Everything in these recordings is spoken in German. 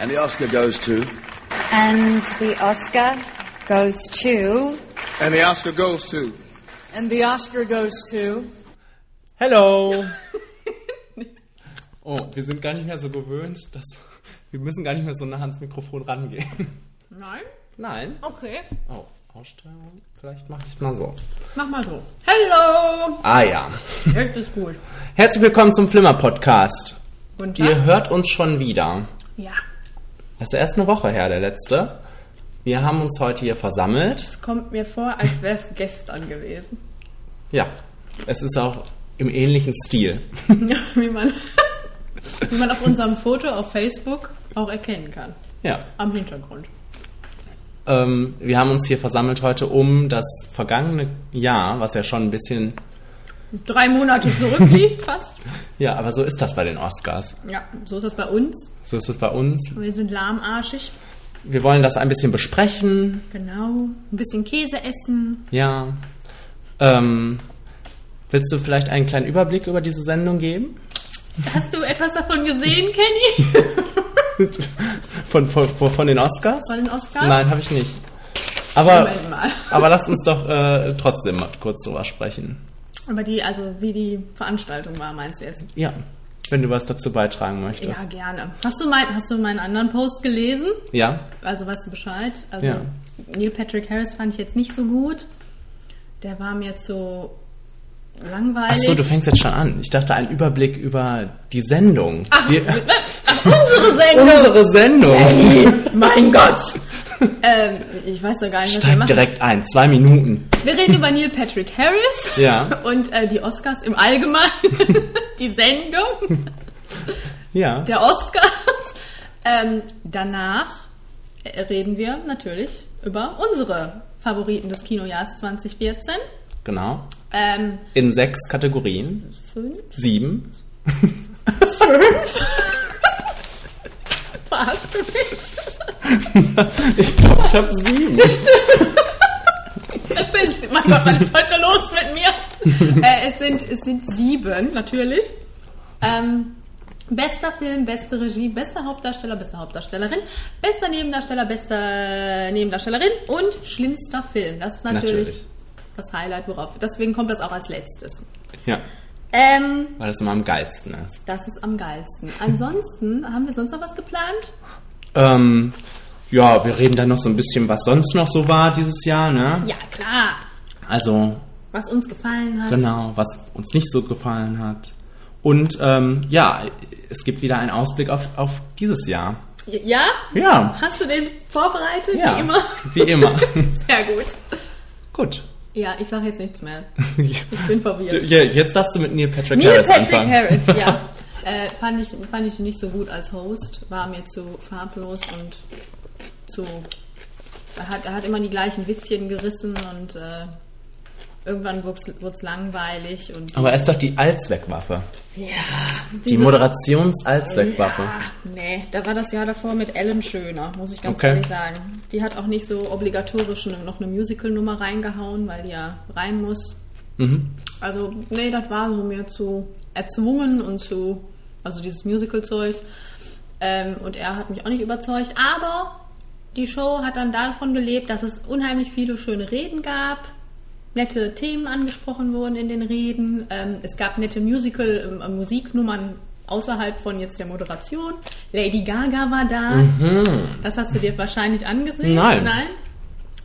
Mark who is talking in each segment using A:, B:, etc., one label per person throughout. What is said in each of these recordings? A: And the Oscar goes to.
B: And the Oscar goes to.
A: And the Oscar goes to.
C: And the Oscar goes to.
D: Hello! Oh, wir sind gar nicht mehr so gewöhnt, dass. Wir müssen gar nicht mehr so nah ans Mikrofon rangehen.
C: Nein?
D: Nein?
C: Okay.
D: Oh, Ausstellung? Vielleicht mache ich mal so.
C: Mach mal so. Hello!
D: Ah ja.
C: Jetzt ist gut.
D: Herzlich willkommen zum Flimmer-Podcast.
C: Guten Tag.
D: Ihr hört uns schon wieder.
C: Ja.
D: Das ist erst eine Woche her, der letzte. Wir haben uns heute hier versammelt.
C: Es kommt mir vor, als wäre es gestern gewesen.
D: Ja, es ist auch im ähnlichen Stil.
C: Ja, wie man, wie man auf unserem Foto auf Facebook auch erkennen kann.
D: Ja,
C: Am Hintergrund.
D: ähm, wir haben uns hier versammelt heute, um das vergangene Jahr, was ja schon ein bisschen...
C: Drei Monate zurückliegt fast.
D: Ja, aber so ist das bei den Oscars.
C: Ja, so ist das bei uns.
D: So ist es bei uns.
C: Wir sind lahmarschig.
D: Wir wollen das ein bisschen besprechen.
C: Genau. Ein bisschen Käse essen.
D: Ja. Ähm, willst du vielleicht einen kleinen Überblick über diese Sendung geben?
C: Hast du etwas davon gesehen, Kenny?
D: Von, von, von von den Oscars?
C: Von den Oscars?
D: Nein, habe ich nicht. Aber,
C: Moment mal.
D: aber lasst uns doch äh, trotzdem mal kurz drüber sprechen.
C: Aber die, also wie die Veranstaltung war, meinst du jetzt?
D: Ja, wenn du was dazu beitragen möchtest.
C: Ja, gerne. Hast du, mein, hast du meinen anderen Post gelesen?
D: Ja?
C: Also weißt du Bescheid? Also
D: Ja.
C: Neil Patrick Harris fand ich jetzt nicht so gut. Der war mir jetzt so
D: Ach
C: langweilig.
D: so, du fängst jetzt schon an. Ich dachte, ein Überblick über die Sendung. Ach, die,
C: Ach, unsere Sendung!
D: unsere Sendung.
C: mein Gott! ähm, ich weiß doch gar nicht, was wir
D: Steig
C: machen.
D: direkt ein. Zwei Minuten.
C: Wir reden über Neil Patrick Harris
D: Ja.
C: und äh, die Oscars im Allgemeinen. die Sendung
D: Ja.
C: der Oscars. Ähm, danach reden wir natürlich über unsere Favoriten des Kinojahres 2014.
D: Genau.
C: Ähm,
D: In sechs Kategorien.
C: fünf
D: Sieben.
C: Verarscht du mich?
D: Ich glaube, ich habe sieben.
C: Es sind, mein Gott, was ist heute los mit mir? äh, es, sind, es sind sieben, natürlich. Ähm, bester Film, beste Regie, bester Hauptdarsteller, beste Hauptdarstellerin, bester Nebendarsteller, beste Nebendarstellerin und schlimmster Film. Das ist natürlich,
D: Natürlich.
C: das Highlight, worauf. Deswegen kommt das auch als letztes.
D: Ja,
C: Ähm,
D: weil das immer am geilsten ist.
C: das ist am geilsten. Ansonsten, haben wir sonst noch was geplant?
D: Ähm, ja, wir reden dann noch so ein bisschen, was sonst noch so war dieses Jahr, ne?
C: Ja, klar.
D: Also,
C: Was uns gefallen hat.
D: genau, was uns nicht so gefallen hat. Und ähm, ja, es gibt wieder einen Ausblick auf, auf dieses Jahr.
C: Ja?
D: Ja.
C: Hast du den vorbereitet?
D: Ja,
C: Wie immer?
D: Wie immer.
C: Sehr gut.
D: Gut.
C: Ja, ich sage jetzt nichts mehr.
D: Ich
C: bin verwirrt.
D: Jetzt darfst du mit Neil Patrick
C: Neil
D: Harris
C: Patrick
D: anfangen.
C: Harris, ja. Äh, fand, ich, fand ich nicht so gut als Host, war mir zu farblos und zu. Er hat, er hat immer die gleichen Witzchen gerissen und äh, irgendwann wurde es langweilig und.
D: Aber er ist doch die Allzweckwaffe. Die
C: diese-
D: Moderations-Allzweckwaffe.
C: Ah, nee, da war das Jahr davor mit Ellen Schöner, muss ich ganz
D: Okay.
C: ehrlich sagen. Die hat auch nicht so obligatorisch ne- noch eine Musical-Nummer reingehauen, weil die ja rein muss.
D: Mhm.
C: Also, nee, das war so mir zu erzwungen und zu, also dieses Musical-Zeugs. Ähm, und er hat mich auch nicht überzeugt, aber die Show hat dann davon gelebt, dass es unheimlich viele schöne Reden gab, nette Themen angesprochen wurden in den Reden. Ähm, es gab nette Musical, ähm, Musiknummern außerhalb von jetzt der Moderation. Lady Gaga war da. Das hast du dir wahrscheinlich angesehen.
D: Nein.
C: Nein.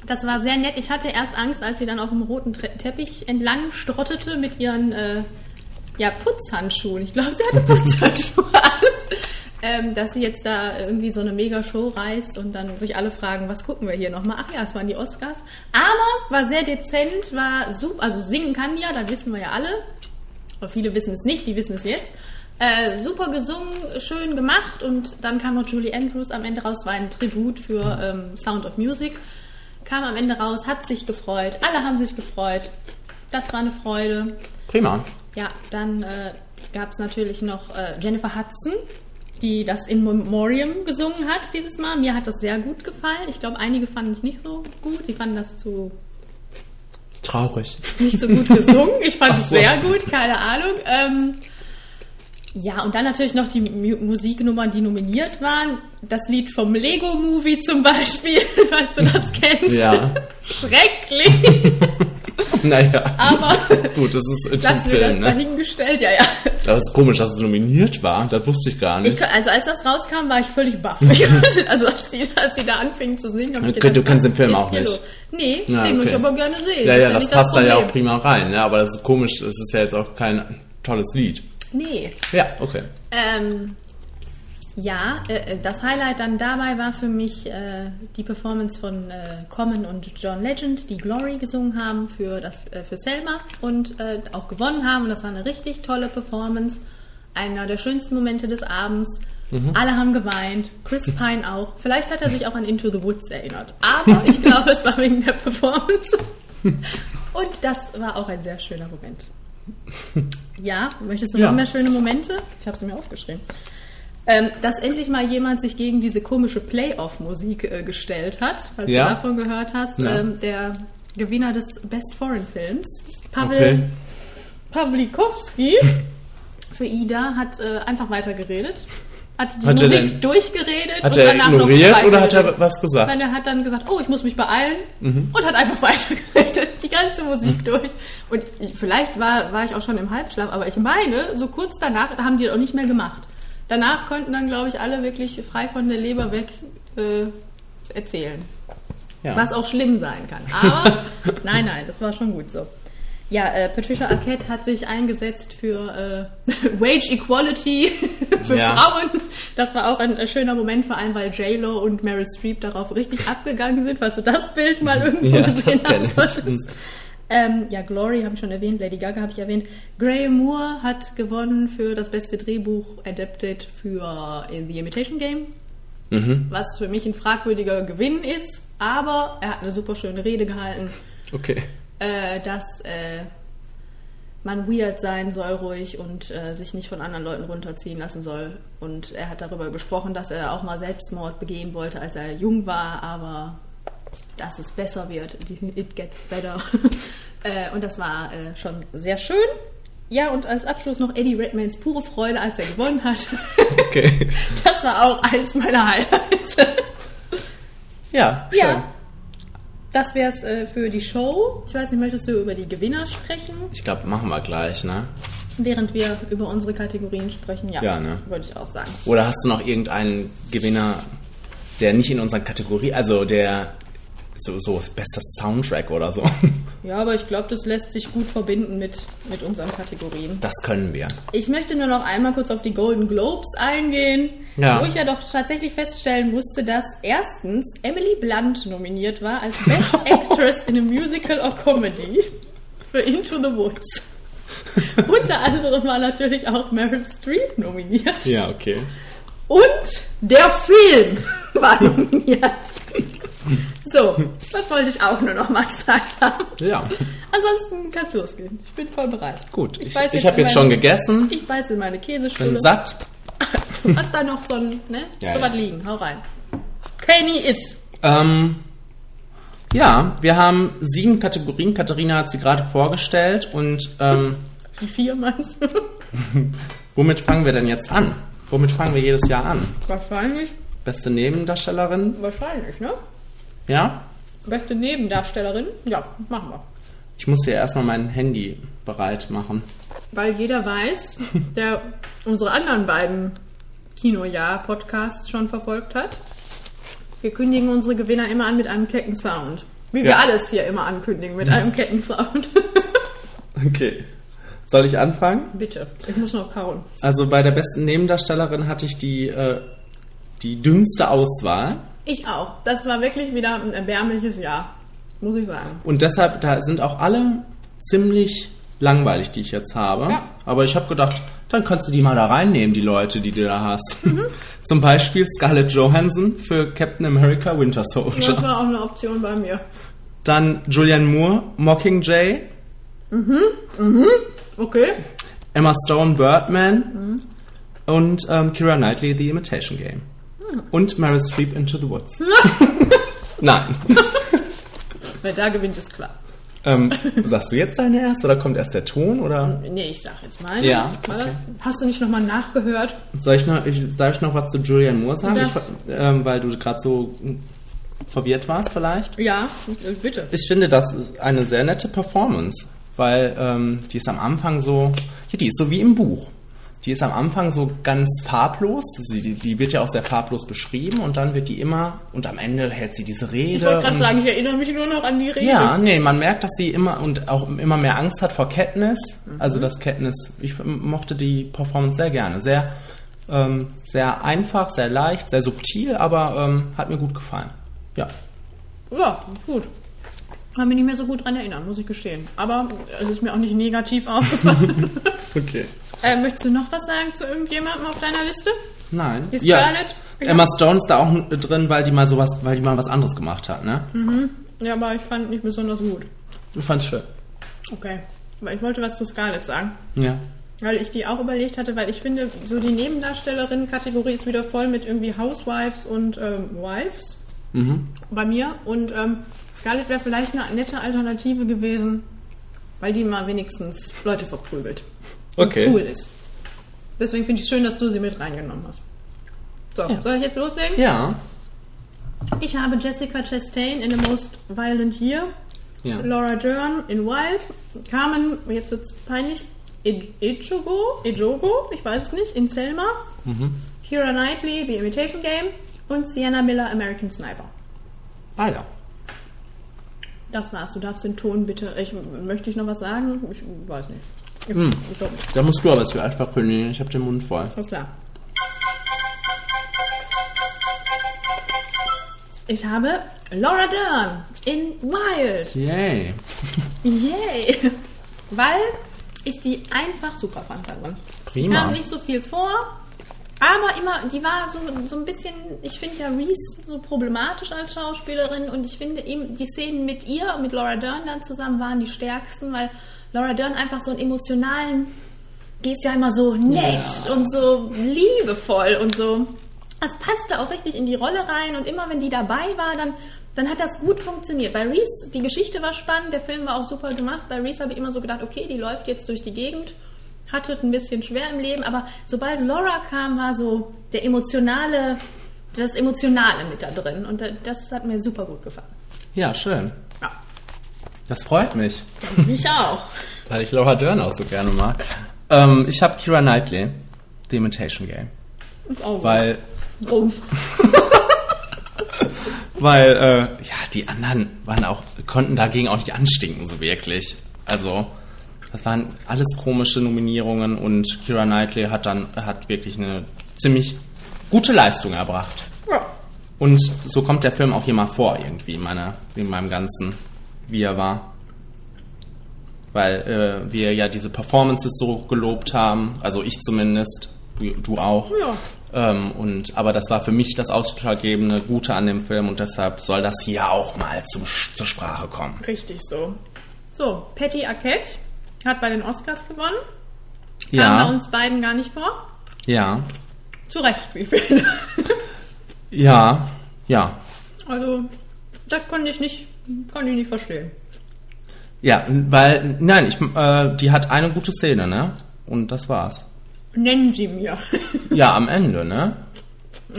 C: Das war sehr nett. Ich hatte erst Angst, als sie dann auf dem roten Tre Teppich entlang strottete mit ihren äh, ja, Putzhandschuhen. Ich glaube, sie hatte Putzhandschuhe an. Ähm, dass sie jetzt da irgendwie so eine mega Show reißt und dann sich alle fragen, was gucken wir hier nochmal? Ach ja, es waren die Oscars. Aber war sehr dezent, war super. Also singen kann die ja, das wissen wir ja alle. Aber viele wissen es nicht, die wissen es jetzt. Äh, super gesungen, schön gemacht und dann kam noch Julie Andrews am Ende raus, war ein Tribut für ähm, Sound of Music. Kam am Ende raus, hat sich gefreut, alle haben sich gefreut. Das war eine Freude.
D: Prima.
C: Ja, dann äh, gab es natürlich noch äh, Jennifer Hudson, die das In Memoriam gesungen hat dieses Mal. Mir hat das sehr gut gefallen. Ich glaube, einige fanden es nicht so gut. Sie fanden das zu
D: Traurig.
C: nicht so gut gesungen. Ich fand
D: Ach
C: es
D: so.
C: sehr gut, keine Ahnung. Ähm, Ja, und dann natürlich noch die Mu Musiknummern, die nominiert waren. Das Lied vom Lego Movie zum Beispiel, falls du das kennst.
D: Ja.
C: Schrecklich.
D: Naja.
C: Aber-
D: Gut, das ist ein
C: Lassen wir das
D: Film, ne?
C: dahingestellt, ja, ja.
D: Das ist komisch, dass es nominiert war. Das wusste ich gar
C: Ich,
D: nicht.
C: kann- also als das rauskam, war ich völlig baff. also als die, als die da anfingen zu singen, habe ich
D: Du-
C: gedacht,
D: du kennst den
C: was
D: Film
C: ist
D: auch
C: hier
D: nicht.
C: los? Nee,
D: Ja,
C: den würde ich
D: okay.
C: aber gerne sehen.
D: ja, ja,
C: ist
D: das
C: nicht
D: passt da ja auch
C: Problem.
D: prima rein, ne? Aber das ist komisch. Es ist ja jetzt auch kein tolles Lied.
C: Nee.
D: Ja, okay.
C: Ähm, ja, äh, äh, das Highlight dann dabei war für mich äh, die Performance von äh, Common und John Legend, die Glory gesungen haben für, das, äh, für Selma und äh, auch gewonnen haben. Und das war eine richtig tolle Performance. Einer der schönsten Momente des Abends. Alle haben geweint, Chris Pine auch. Vielleicht hat er sich auch an Into the Woods erinnert. Aber ich glaube, es war wegen der Performance. Und das war auch ein sehr schöner Moment. Ja, möchtest du
D: Ja.
C: noch mehr schöne Momente? Ich habe sie mir aufgeschrieben. Ähm, dass endlich mal jemand sich gegen diese komische Playoff-Musik äh, gestellt hat, falls
D: Ja.
C: du davon gehört hast,
D: Ja.
C: ähm, der Gewinner des Best Foreign Films, Pavel
D: Okay.
C: Pawlikowski, für Ida hat äh, einfach weitergeredet, hat die
D: Hat er
C: Musik
D: denn-
C: durchgeredet
D: Hat er
C: danach noch
D: ignoriert oder hat er
C: weitergeredet.
D: was gesagt?
C: Nein, er hat dann gesagt, oh, ich muss mich beeilen und hat einfach weitergeredet, die ganze Musik durch. Und ich- vielleicht war, war ich auch schon im Halbschlaf, aber ich meine, so kurz danach da haben die das auch nicht mehr gemacht. Danach konnten dann, glaube ich, alle wirklich frei von der Leber weg äh, erzählen.
D: Ja.
C: Was auch schlimm sein kann. Aber nein, nein, das war schon gut so. Ja, äh, Patricia Arquette hat sich eingesetzt für äh, Wage Equality für
D: Ja.
C: Frauen. Das war auch ein äh, schöner Moment, vor allem weil J-Lo und Meryl Streep darauf richtig abgegangen sind, falls du das Bild mal irgendwo
D: Ja, das
C: gesehen
D: kenn
C: haben
D: ich. Hm.
C: solltest. Genau, Ähm, ja, Glory habe ich schon erwähnt, Lady Gaga habe ich erwähnt. Graham Moore hat gewonnen für das beste Drehbuch Adapted für äh, The Imitation Game
D: Mhm.
C: was für mich ein fragwürdiger Gewinn ist, aber er hat eine super schöne Rede gehalten,
D: Okay.
C: äh, dass äh, man weird sein soll ruhig und äh, sich nicht von anderen Leuten runterziehen lassen soll. Und er hat darüber gesprochen, dass er auch mal Selbstmord begehen wollte, als er jung war, aber dass es besser wird. Die- It gets better. äh, und das war äh, schon sehr schön. Ja, und als Abschluss noch Eddie Redmaynes pure Freude, als er gewonnen hat.
D: Okay.
C: das war auch eines meiner Highlights.
D: Ja, schön.
C: Ja. Das wäre es äh, für die Show. Ich weiß nicht, möchtest du über die Gewinner sprechen,
D: Ich glaube, machen wir gleich, ne?
C: während wir über unsere Kategorien sprechen? Ja,
D: Ja, ne?
C: würde ich auch sagen.
D: Oder hast du noch irgendeinen Gewinner, der nicht in unserer Kategorie, also der so, so ist bester Soundtrack oder so.
C: Ja, aber ich glaube, das lässt sich gut verbinden mit, mit unseren Kategorien.
D: Das können wir.
C: Ich möchte nur noch einmal kurz auf die Golden Globes eingehen,
D: Ja.
C: wo ich ja doch tatsächlich feststellen musste, dass erstens Emily Blunt nominiert war als Best Actress in a Musical or Comedy für Into the Woods. Unter anderem war natürlich auch Meryl Streep nominiert.
D: Ja, okay.
C: Und der Film war nominiert. So, das wollte ich auch nur noch mal gesagt haben.
D: Ja,
C: Ansonsten kannst du losgehen. Ich bin voll bereit.
D: gut. Ich, ich,
C: beiß
D: habe
C: in
D: jetzt schon
C: meine-
D: gegessen,
C: Ich beiße in meine Käsestulle.
D: bin satt.
C: Du hast da noch so ein, ne?
D: Ja,
C: so
D: ja.
C: was liegen. Hau rein. Kenny ist.
D: Ähm, ja, wir haben sieben Kategorien. Katharina hat sie gerade vorgestellt. Und ähm,
C: Die vier meinst du?
D: womit fangen wir denn jetzt an? Womit fangen wir jedes Jahr an?
C: Wahrscheinlich.
D: Beste Nebendarstellerin?
C: Wahrscheinlich, ne?
D: Ja?
C: Beste Nebendarstellerin? Ja, machen wir.
D: Ich muss hier erstmal mein Handy bereit machen.
C: Weil jeder weiß, der unsere anderen beiden Kinojahr-Podcasts schon verfolgt hat, wir kündigen unsere Gewinner immer an mit einem Keckensound. Wie wir
D: Ja.
C: alles hier immer ankündigen, mit einem Keckensound.
D: Okay. Soll ich anfangen?
C: Bitte, ich muss noch kauen.
D: Also bei der besten Nebendarstellerin hatte ich die, äh, die dünnste Auswahl.
C: Ich auch. Das war wirklich wieder ein erbärmliches Jahr, muss ich sagen.
D: Und deshalb, da sind auch alle ziemlich langweilig, die ich jetzt habe.
C: Ja.
D: Aber ich habe gedacht, dann kannst du die mal da reinnehmen, die Leute, die du da hast. Zum Beispiel Scarlett Johansson für Captain America Winter Soldier.
C: Das war auch eine Option bei mir.
D: Dann Julianne Moore, Mockingjay,
C: Okay.
D: Emma Stone, Birdman und ähm, Kira Knightley, The Imitation Game. Und Meryl Streep, Into the Woods. Nein.
C: Wer da gewinnt, ist klar.
D: Ähm, sagst du jetzt deine erst oder kommt erst der Ton oder
C: Nee, ich sag jetzt mal.
D: Ja,
C: War
D: okay.
C: das- Hast du nicht nochmal nachgehört?
D: soll ich noch ich, darf ich noch was zu Julian Moore sagen, ich,
C: Darfst.
D: ähm, weil du gerade so hm, verwirrt warst vielleicht?
C: Ja, äh, bitte.
D: ich finde, das ist eine sehr nette Performance, weil ähm, die ist am Anfang so, ja, die ist so wie im Buch. Die ist am Anfang so ganz farblos, sie, die, die wird ja auch sehr farblos beschrieben und dann wird die immer, und am Ende hält sie diese Rede.
C: Ich wollte gerade
D: und-
C: sagen, ich erinnere mich nur noch an die Rede.
D: ähm, ja, nee, man merkt, dass sie immer und auch immer mehr Angst hat vor Katniss. Also das Katniss, ich mochte die Performance sehr gerne. Sehr, ähm, sehr einfach, sehr leicht, sehr subtil, aber ähm, hat mir gut gefallen. Ja.
C: Ja, gut. Kann mich nicht mehr so gut dran erinnern, muss ich gestehen. Aber es ist mir auch nicht negativ aufgefallen.
D: Okay.
C: äh, möchtest du noch was sagen zu irgendjemandem auf deiner Liste?
D: Nein.
C: Die Scarlett?
D: Ja. Emma Stone ist da auch drin, weil die mal sowas, weil die mal was anderes gemacht hat, ne?
C: Ja, aber ich fand nicht besonders gut.
D: Ich fand's schön.
C: Okay. Aber ich wollte was zu Scarlett sagen.
D: Ja.
C: Weil ich die auch überlegt hatte, weil ich finde, so die Nebendarstellerin-Kategorie ist wieder voll mit irgendwie Housewives und ähm, Wives
D: Mhm.
C: bei mir. Und ähm, Scarlett wäre vielleicht eine nette Alternative gewesen, weil die mal wenigstens Leute verprügelt.
D: Okay.
C: cool ist. Deswegen finde ich es schön, dass du sie mit reingenommen hast. So,
D: Ja.
C: soll ich jetzt loslegen?
D: Ja.
C: Ich habe Jessica Chastain in The Most Violent Year,
D: Ja.
C: Laura Dern in Wild, Carmen, jetzt wird's peinlich, I- Ichigo, Ijogo, ich weiß es nicht, in Selma,
D: Mhm.
C: Keira Knightley, The Imitation Game und Sienna Miller, American Sniper.
D: Ah ja.
C: Das war's, du darfst den Ton bitte, ich, möchte ich noch was sagen? Ich weiß nicht. Ich,
D: Hm.
C: ich glaub nicht.
D: Da musst du aber für einfach kündigen. Ich habe den Mund voll.
C: Alles klar. Ich habe Laura Dern in Wild.
D: Yay.
C: Yay! Weil ich die einfach super fand darin.
D: Prima.
C: Kam nicht so viel vor, aber immer, die war so, so ein bisschen, ich finde ja Reese so problematisch als Schauspielerin und ich finde eben die Szenen mit ihr, mit Laura Dern dann zusammen waren die stärksten, weil Laura Dern einfach so einen emotionalen, die ist ja immer so nett und so liebevoll und so. Das passte auch richtig in die Rolle rein und immer wenn die dabei war, dann, dann hat das gut funktioniert. Bei Reese, die Geschichte war spannend, der Film war auch super gemacht. Bei Reese habe ich immer so gedacht, okay, die läuft jetzt durch die Gegend, hatte es ein bisschen schwer im Leben, aber sobald Laura kam, war so der emotionale, das Emotionale mit da drin und das hat mir super gut gefallen.
D: Ja, schön.
C: Ja,
D: Das freut mich,
C: mich auch.
D: weil ich Laura Dern auch so gerne mag. Ähm, ich habe Kira Knightley, The Imitation Game,
C: Oh,
D: weil
C: oh.
D: Weil, äh, ja, die anderen waren auch, konnten dagegen auch nicht anstinken, so wirklich. Also, das waren alles komische Nominierungen und Kira Knightley hat dann, hat wirklich eine ziemlich gute Leistung erbracht.
C: Ja.
D: Und so kommt der Film auch hier mal vor, irgendwie, in, meiner, in meinem Ganzen, wie er war. Weil äh, wir ja diese Performances so gelobt haben, also ich zumindest, du, du auch.
C: Ja.
D: Ähm, und, aber das war für mich das ausschlaggebende Gute an dem Film und deshalb soll das hier auch mal zum, zur Sprache kommen.
C: Richtig so. So, Patty Arquette hat bei den Oscars gewonnen. Kam bei
D: Ja,
C: uns beiden gar nicht vor.
D: ja,
C: Zu Recht, wie ich finde.
D: ja, ja.
C: Also, das konnte ich nicht, konnte ich nicht verstehen.
D: Ja, weil, nein, ich, äh, die hat eine gute Szene, ne? Und das war's.
C: Nennen Sie mir.
D: Ja, am Ende, ne?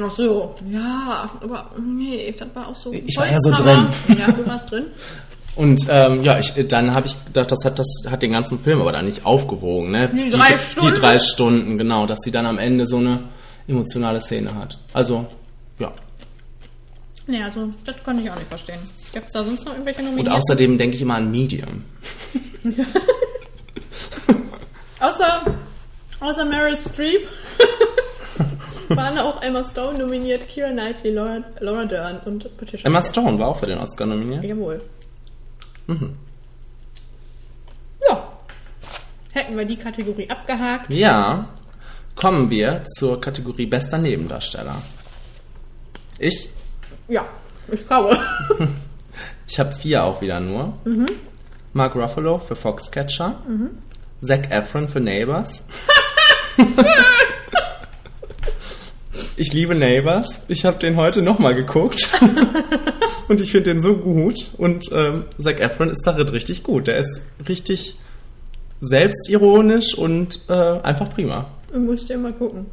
C: Ach so. Ja, aber nee, das war auch so.
D: Ich war ja so
C: Holzhammer. Ja, du warst drin.
D: Und ähm, ja, ich, dann habe ich gedacht, das hat das hat den ganzen Film aber dann nicht aufgewogen, ne?
C: Die drei Stunden?
D: Die drei Stunden, genau, dass sie dann am Ende so eine emotionale Szene hat. Also, ja.
C: Nee, also, das konnte ich auch nicht verstehen. Gibt's da sonst noch irgendwelche
D: Und
C: Nominierungen?
D: außerdem denke ich immer an Medium.
C: Außer, außer Meryl Streep waren auch Emma Stone nominiert, Keira Knightley, Laura, Laura Dern und Patricia.
D: Emma
C: Arquette.
D: Stone war auch für den Oscar nominiert.
C: Jawohl.
D: Mhm.
C: Ja. Hätten wir die Kategorie abgehakt.
D: Ja. Kommen wir zur Kategorie bester Nebendarsteller. Ich
C: Ja, ich glaube.
D: Ich habe vier auch wieder nur.
C: Mhm.
D: Mark Ruffalo für Foxcatcher. Zac Efron für Neighbors. Ich liebe Neighbors. Ich habe den heute nochmal geguckt. und ich finde den so gut. Und ähm, Zac Efron ist darin richtig gut. Der ist richtig selbstironisch und äh, einfach prima.
C: Muss ich dir mal gucken.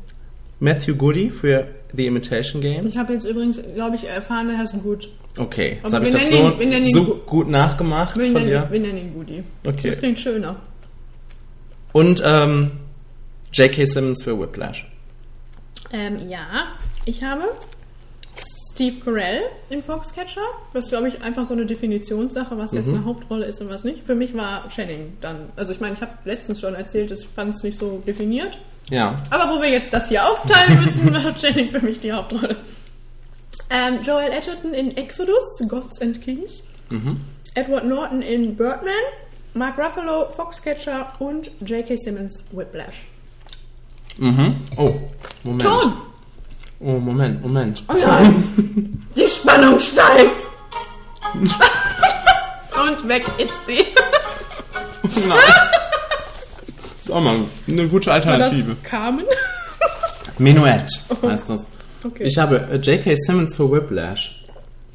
D: Matthew Goody für The Imitation Game.
C: Ich habe jetzt übrigens, glaube ich, erfahren, der heißt gut.
D: Okay, jetzt
C: Aber
D: habe ich
C: wir
D: das
C: nennen
D: so,
C: ihn- wir nennen ihn
D: so
C: Gu-
D: gut nachgemacht
C: Wir
D: von dir.
C: nennen, wir nennen ihn Goody.
D: Okay.
C: Das klingt schöner.
D: Und ähm, J.K. Simmons für Whiplash.
C: Ähm, ja, ich habe Steve Carell im Foxcatcher. Das ist, glaube ich, einfach so eine Definitionssache, was
D: Mhm.
C: jetzt eine Hauptrolle ist und was nicht. Für mich war Channing dann. Also ich meine, ich habe letztens schon erzählt, ich fand es nicht so definiert.
D: Ja.
C: Aber wo wir jetzt das hier aufteilen müssen, war Channing für mich die Hauptrolle. Ähm, Joel Edgerton in Exodus, Gods and Kings. Edward Norton in Birdman. Mark Ruffalo, Foxcatcher und J.K. Simmons, Whiplash.
D: Mhm. Oh, Moment.
C: Ton!
D: Oh, Moment, Moment.
C: Oh nein! Die Spannung steigt! Und weg ist sie.
D: Nein. ist auch mal eine gute Alternative.
C: Carmen?
D: Minuet. heißt das.
C: Okay.
D: Ich habe äh, J.K. Simmons für Whiplash.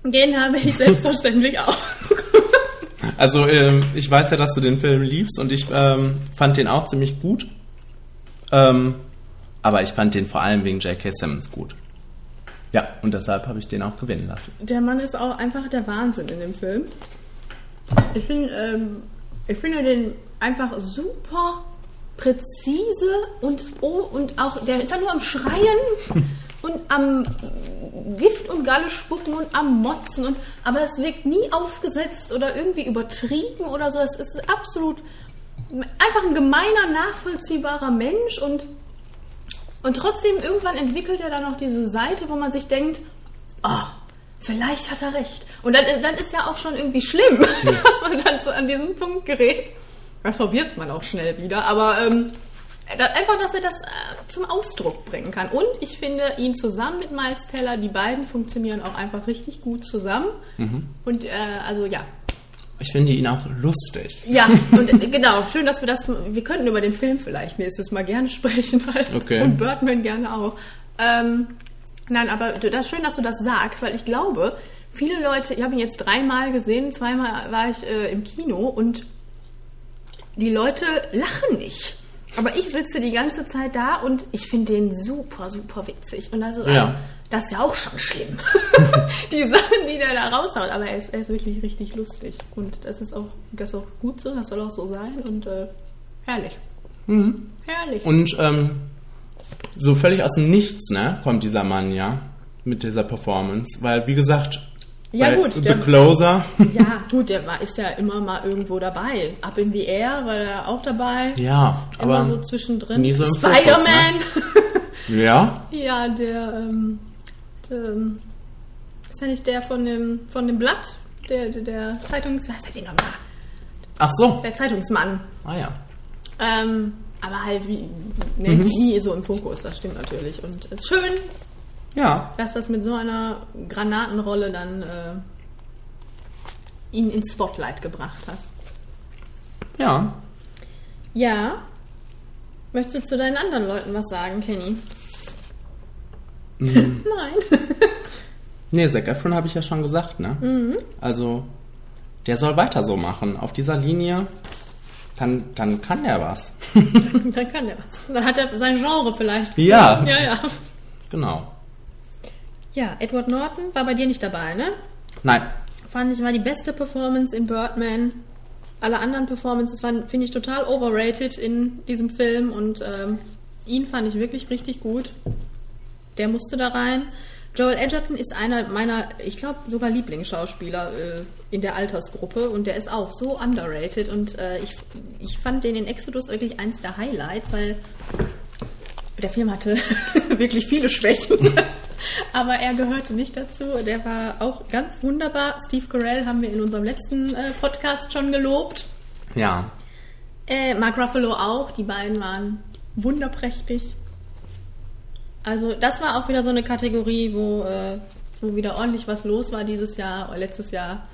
C: Den habe ich selbstverständlich auch.
D: Also ähm, ich weiß ja, dass du den Film liebst und ich ähm, fand den auch ziemlich gut. Ähm, aber ich fand den vor allem wegen J.K. Simmons gut. Ja, und deshalb habe ich den auch gewinnen lassen.
C: Der Mann ist auch einfach der Wahnsinn in dem Film. Ich, find, ähm, ich finde den einfach super präzise und oh, und auch der ist ja nur am Schreien und am Gift und Galle spucken und am Motzen und aber es wirkt nie aufgesetzt oder irgendwie übertrieben oder so. Es ist absolut einfach ein gemeiner, nachvollziehbarer Mensch und und trotzdem irgendwann entwickelt er dann noch diese Seite, wo man sich denkt, oh, vielleicht hat er recht. Und dann, dann ist ja auch schon irgendwie schlimm, dass man dann so an diesen Punkt gerät. Das verwirft man auch schnell wieder, aber ähm, da- einfach, dass er das äh, zum Ausdruck bringen kann. Und ich finde ihn zusammen mit Miles Teller, die beiden funktionieren auch einfach richtig gut zusammen. Und äh, also ja,
D: Ich finde ihn auch lustig.
C: ja, und äh, genau, schön, dass wir das. Wir könnten über den Film vielleicht nächstes Mal gerne sprechen. Weißt? du.
D: Okay.
C: Und Birdman gerne auch. Ähm, nein, aber du- das ist schön, dass du das sagst, weil ich glaube, viele Leute, ich habe ihn jetzt dreimal gesehen, zweimal war ich äh, im Kino und die Leute lachen nicht. Aber ich sitze die ganze Zeit da und ich finde den super, super witzig. Und das ist,
D: Ja.
C: ein- das ist ja auch schon schlimm. die Sachen, die der da raushaut. Aber er ist, er ist wirklich richtig lustig. Und das ist auch, das ist auch gut so, das soll auch so sein. Und äh, herrlich. Herrlich.
D: Mhm. Und ähm, so völlig aus dem Nichts, ne, kommt dieser Mann ja mit dieser Performance. Weil, wie gesagt,
C: Ja,
D: bei
C: gut,
D: The
C: der-
D: Closer.
C: ja, gut, der war, ist ja immer mal irgendwo dabei. Up in the Air war er auch dabei.
D: ja,
C: Immer
D: aber.
C: so zwischendrin.
D: nie so im Fokus,
C: Spider-Man!
D: ne? Ja,
C: Ja, der, ähm, der, ähm, ist ja nicht der von dem, von dem Blatt, der, der, der Zeitungs, was heißt der nochmal?
D: ach so.
C: Der Zeitungsmann.
D: Ah ja.
C: Ähm, aber halt wie, ne, nie so im Fokus, das stimmt natürlich. Und es ist schön,
D: Ja,
C: dass das mit so einer Granatenrolle dann äh, ihn ins Spotlight gebracht hat.
D: ja.
C: Ja. Möchtest du zu deinen anderen Leuten was sagen, Kenny? Nein.
D: Nee, Zac Efron habe ich ja schon gesagt, ne?
C: Mhm.
D: Also, der soll weiter so machen. Auf dieser Linie, dann, dann kann der was.
C: Dann kann er was. Dann hat er sein Genre vielleicht.
D: Ja.
C: Ja, ja.
D: Genau.
C: Ja, Edward Norton war bei dir nicht dabei, ne?
D: Nein,
C: Fand ich war die beste Performance in Birdman. Alle anderen Performances waren, finde ich, total overrated in diesem Film und ähm, ihn fand ich wirklich richtig gut. Der musste da rein. Joel Edgerton ist einer meiner, ich glaube, sogar Lieblingsschauspieler äh, in der Altersgruppe und der ist auch so underrated und äh, ich, ich fand den in Exodus wirklich eins der Highlights, weil der Film hatte wirklich viele Schwächen, aber er gehörte nicht dazu. Der war auch ganz wunderbar. Steve Carell haben wir in unserem letzten äh, Podcast schon gelobt.
D: ja.
C: Äh, Mark Ruffalo auch. Die beiden waren wunderprächtig. Also das war auch wieder so eine Kategorie, wo, äh, wo wieder ordentlich was los war dieses Jahr, oder letztes Jahr.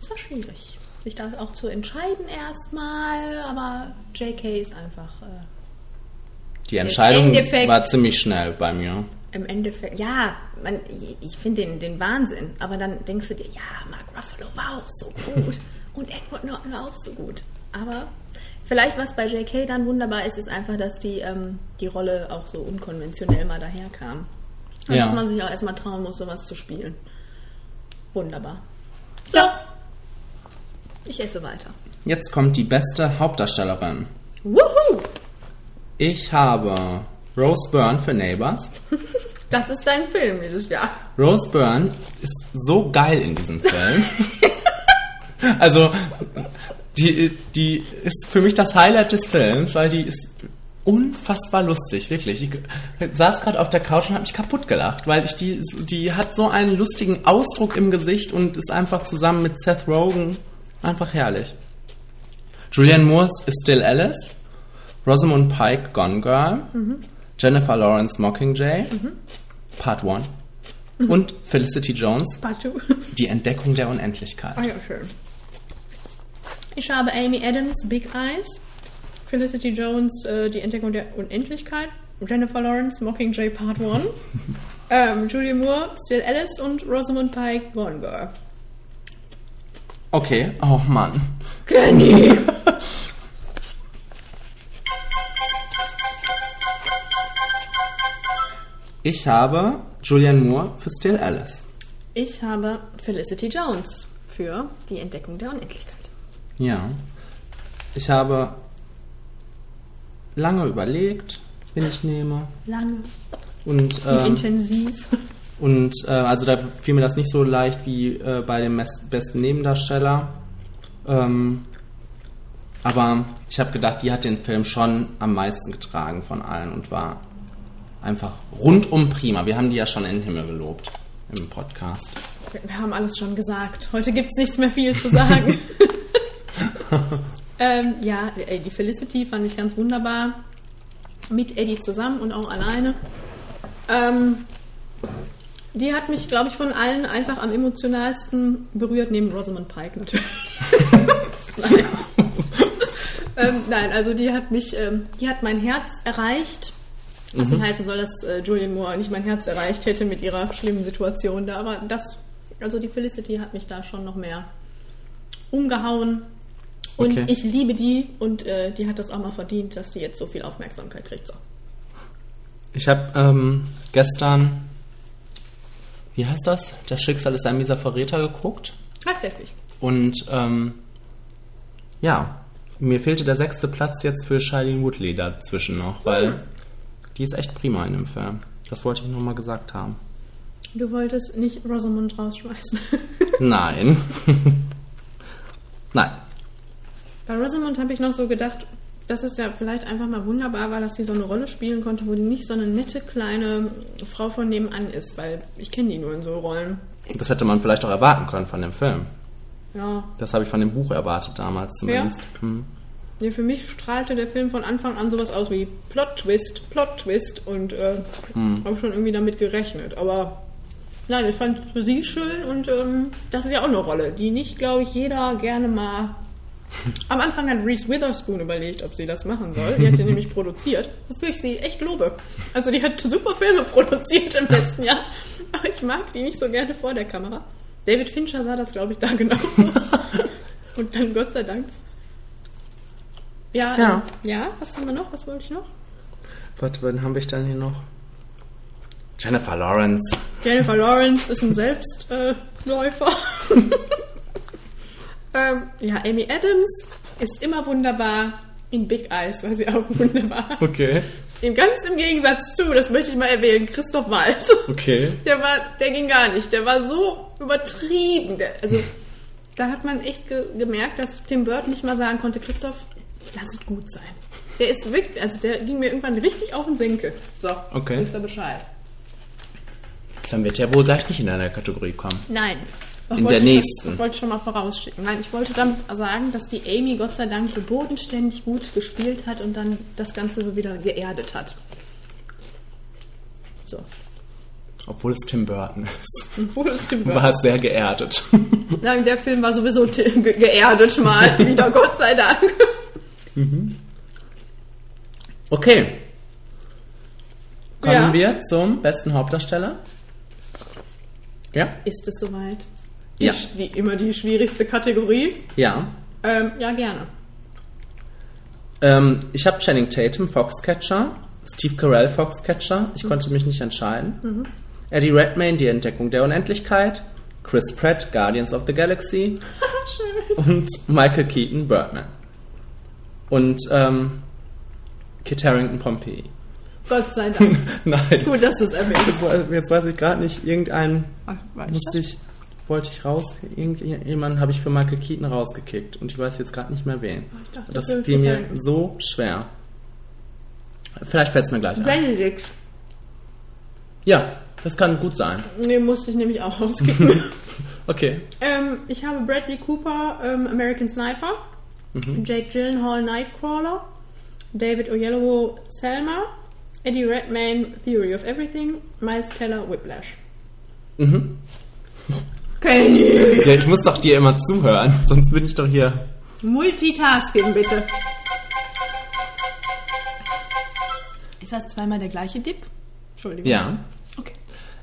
C: Es war schwierig, sich da auch zu entscheiden erstmal, aber JK ist einfach... Äh,
D: Die Entscheidung
C: Endeffekt-
D: war ziemlich schnell bei mir.
C: im Endeffekt, ja, man, ich, ich finde den, den Wahnsinn. Aber dann denkst du dir, ja, Mark Ruffalo war auch so gut. und Edward Norton war auch so gut. Aber vielleicht, was bei J.K. dann wunderbar ist, ist einfach, dass die, ähm, die Rolle auch so unkonventionell mal daherkam. Und
D: Ja.
C: dass man sich auch erstmal trauen muss, sowas zu spielen. Wunderbar. So. Ich esse weiter.
D: Jetzt kommt die beste Hauptdarstellerin.
C: Wuhu!
D: Ich habe Rose Byrne für Neighbors.
C: Das ist dein Film dieses Jahr.
D: Rose Byrne ist so geil in diesem Film. also, die, die ist für mich das Highlight des Films, weil die ist unfassbar lustig, wirklich. Ich saß gerade auf der Couch und habe mich kaputt gelacht, weil ich die, die hat so einen lustigen Ausdruck im Gesicht und ist einfach zusammen mit Seth Rogen einfach herrlich. Julianne Moore ist Still Alice, Rosamund Pike Gone Girl, Jennifer Lawrence Mockingjay, Part 1 und Felicity Jones,
C: Batu.
D: die Entdeckung der Unendlichkeit.
C: Ah ja, schön. Ich habe Amy Adams, Big Eyes, Felicity Jones, äh, Die Entdeckung der Unendlichkeit, Jennifer Lawrence, Mockingjay Part 1, ähm, Julia Moore, Still Alice und Rosamund Pike, Gone Girl.
D: Okay, oh Mann.
C: Kenny!
D: Ich habe Julianne Moore für Still Alice.
C: Ich habe Felicity Jones für Die Entdeckung der Unendlichkeit.
D: Ja. Ich habe lange überlegt, wen ich nehme.
C: Lange,
D: Und, ähm,
C: intensiv.
D: und äh, also da fiel mir das nicht so leicht wie äh, bei dem mes- besten Nebendarsteller. Ähm, aber ich habe gedacht, die hat den Film schon am meisten getragen von allen und war einfach rundum prima. Wir haben die ja schon in den Himmel gelobt im Podcast.
C: Wir haben alles schon gesagt. Heute gibt es nicht mehr viel zu sagen. ähm, ja, ey, die Felicity fand ich ganz wunderbar. Mit Eddie zusammen und auch alleine. Ähm, die hat mich, glaube ich, von allen einfach am emotionalsten berührt, neben Rosamund Pike natürlich. nein. ähm, nein, also die hat mich, ähm, die hat mein Herz erreicht. Was denn heißen soll, dass äh, Julian Moore nicht mein Herz erreicht hätte mit ihrer schlimmen Situation da. Aber das, also die Felicity hat mich da schon noch mehr umgehauen. Und
D: Okay.
C: ich liebe die und äh, die hat das auch mal verdient, dass sie jetzt so viel Aufmerksamkeit kriegt. So.
D: Ich habe ähm, gestern, wie heißt das? Das Schicksal ist ein mieser Verräter geguckt.
C: Tatsächlich.
D: Und ähm, ja, mir fehlte der sechste Platz jetzt für Shailene Woodley dazwischen noch, weil die ist echt prima in dem Film. Das wollte ich nur mal gesagt haben.
C: Du wolltest nicht Rosamund rausschmeißen.
D: Nein. Nein.
C: Bei Rosamund habe ich noch so gedacht, dass es ja vielleicht einfach mal wunderbar war, dass sie so eine Rolle spielen konnte, wo die nicht so eine nette kleine Frau von nebenan ist, weil ich kenne die nur in so Rollen.
D: Das hätte man vielleicht auch erwarten können von dem Film.
C: Ja,
D: Das habe ich von dem Buch erwartet damals zumindest. Hm.
C: Nee, für mich strahlte der Film von Anfang an sowas aus wie Plot Twist, Plot Twist und äh, habe schon irgendwie damit gerechnet. Aber nein, ich fand für sie schön und ähm, das ist ja auch eine Rolle, die nicht, glaube ich, jeder gerne mal. Am Anfang hat Reese Witherspoon überlegt, ob sie das machen soll. Die hat den nämlich produziert, wofür ich sie echt lobe. Also die hat super Filme produziert im letzten Jahr, aber ich mag die nicht so gerne vor der Kamera. David Fincher sah das, glaube ich, da genauso. Und dann Gott sei Dank ja, ja.
D: Ja.
C: ja, was haben wir noch? Was wollte ich noch?
D: Warte, wen haben wir denn hier noch? Jennifer Lawrence.
C: Jennifer Lawrence ist ein Selbstläufer. ähm, ja, Amy Adams ist immer wunderbar. In Big Eyes war sie auch wunderbar.
D: Okay.
C: Im ganz im Gegensatz zu, das möchte ich mal erwähnen, Christoph Waltz.
D: Okay.
C: Der war, der ging gar nicht. Der war so übertrieben. Der, also da hat man echt ge gemerkt, dass Tim Burton nicht mal sagen konnte, Christoph, lass es gut sein. Der ist wirklich, also der ging mir irgendwann richtig auf den Senkel. So,
D: Okay.
C: wisst ihr Bescheid.
D: Dann wird er wohl gleich nicht in einer Kategorie kommen.
C: Nein. Das
D: In
C: wollte
D: der
C: ich-
D: nächsten.
C: Das wollte ich schon mal vorausschicken. Nein, ich wollte damit also sagen, dass die Amy Gott sei Dank so bodenständig gut gespielt hat und dann das Ganze so wieder geerdet hat. So.
D: Obwohl es Tim Burton ist.
C: Und wo ist Tim Burton?
D: War es sehr geerdet.
C: Nein, der Film war sowieso te- ge geerdet mal wieder, Gott sei Dank.
D: Okay. Kommen
C: Ja.
D: wir zum besten Hauptdarsteller. Ja?
C: Ist es soweit? Die,
D: Ja.
C: die, immer die schwierigste Kategorie.
D: Ja.
C: Ähm, ja, gerne.
D: Ähm, ich habe Channing Tatum, Foxcatcher, Steve Carell, Foxcatcher.
C: Mhm.
D: Ich konnte mich nicht entscheiden. Eddie Redmayne, Die Entdeckung der Unendlichkeit. Chris Pratt, Guardians of the Galaxy.
C: Ah, Schön.
D: Und Michael Keaton, Birdman. Und ähm, Kit Harington, Pompeii.
C: Gott sei Dank.
D: Nein.
C: Gut, dass du es erwähnst.
D: Jetzt, weiß- jetzt weiß ich gerade nicht, irgendeinen
C: Ach, weiß ich
D: musste ich, wollte ich raus, irgendjemanden habe ich für Michael Keaton rausgekickt und ich weiß jetzt gerade nicht mehr wen.
C: Ah, ich dachte,
D: das
C: für
D: fiel mir
C: Keaton.
D: so schwer. Vielleicht fällt es mir gleich ein.
C: Benedict.
D: Ja, das kann gut sein.
C: Nee, musste ich nämlich auch rauskicken.
D: Okay.
C: ähm, ich habe Bradley Cooper, ähm, American Sniper.
D: Mhm.
C: Jake Gyllenhaal, Nightcrawler. David Oyelowo, Selma. Eddie Redmayne, Theory of Everything. Miles Teller, Whiplash.
D: Mhm.
C: Kenny!
D: Ja, ich muss doch dir immer zuhören, sonst bin ich doch hier.
C: Multitasking, bitte. Ist das zweimal der gleiche Dip? Entschuldigung.
D: Ja.
C: Okay.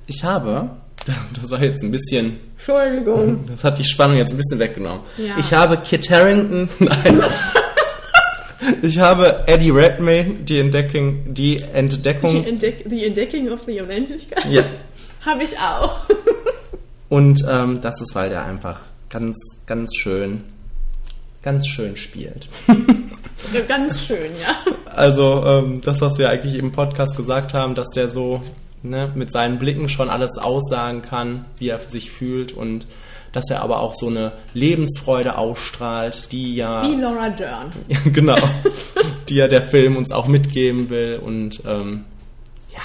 D: Ich habe, das war jetzt ein bisschen
C: Entschuldigung.
D: Das hat die Spannung jetzt ein bisschen weggenommen.
C: Ja.
D: Ich habe Kit Harington. Nein. ich habe Eddie Redmayne, die Entdeckung. Die
C: Die,
D: Entdeckung.
C: Entdeck die Entdecking of the Unendlichkeit.
D: Ja.
C: Habe ich auch.
D: Und ähm, das ist, weil der einfach ganz, ganz schön. Ganz schön spielt.
C: Ganz schön, ja.
D: Also, ähm, das, was wir eigentlich im Podcast gesagt haben, dass der so ne, mit seinen Blicken schon alles aussagen kann, wie er sich fühlt und dass er aber auch so eine Lebensfreude ausstrahlt, die ja.
C: Wie Laura Dern.
D: Ja, genau. die ja der Film uns auch mitgeben will und ähm, ja,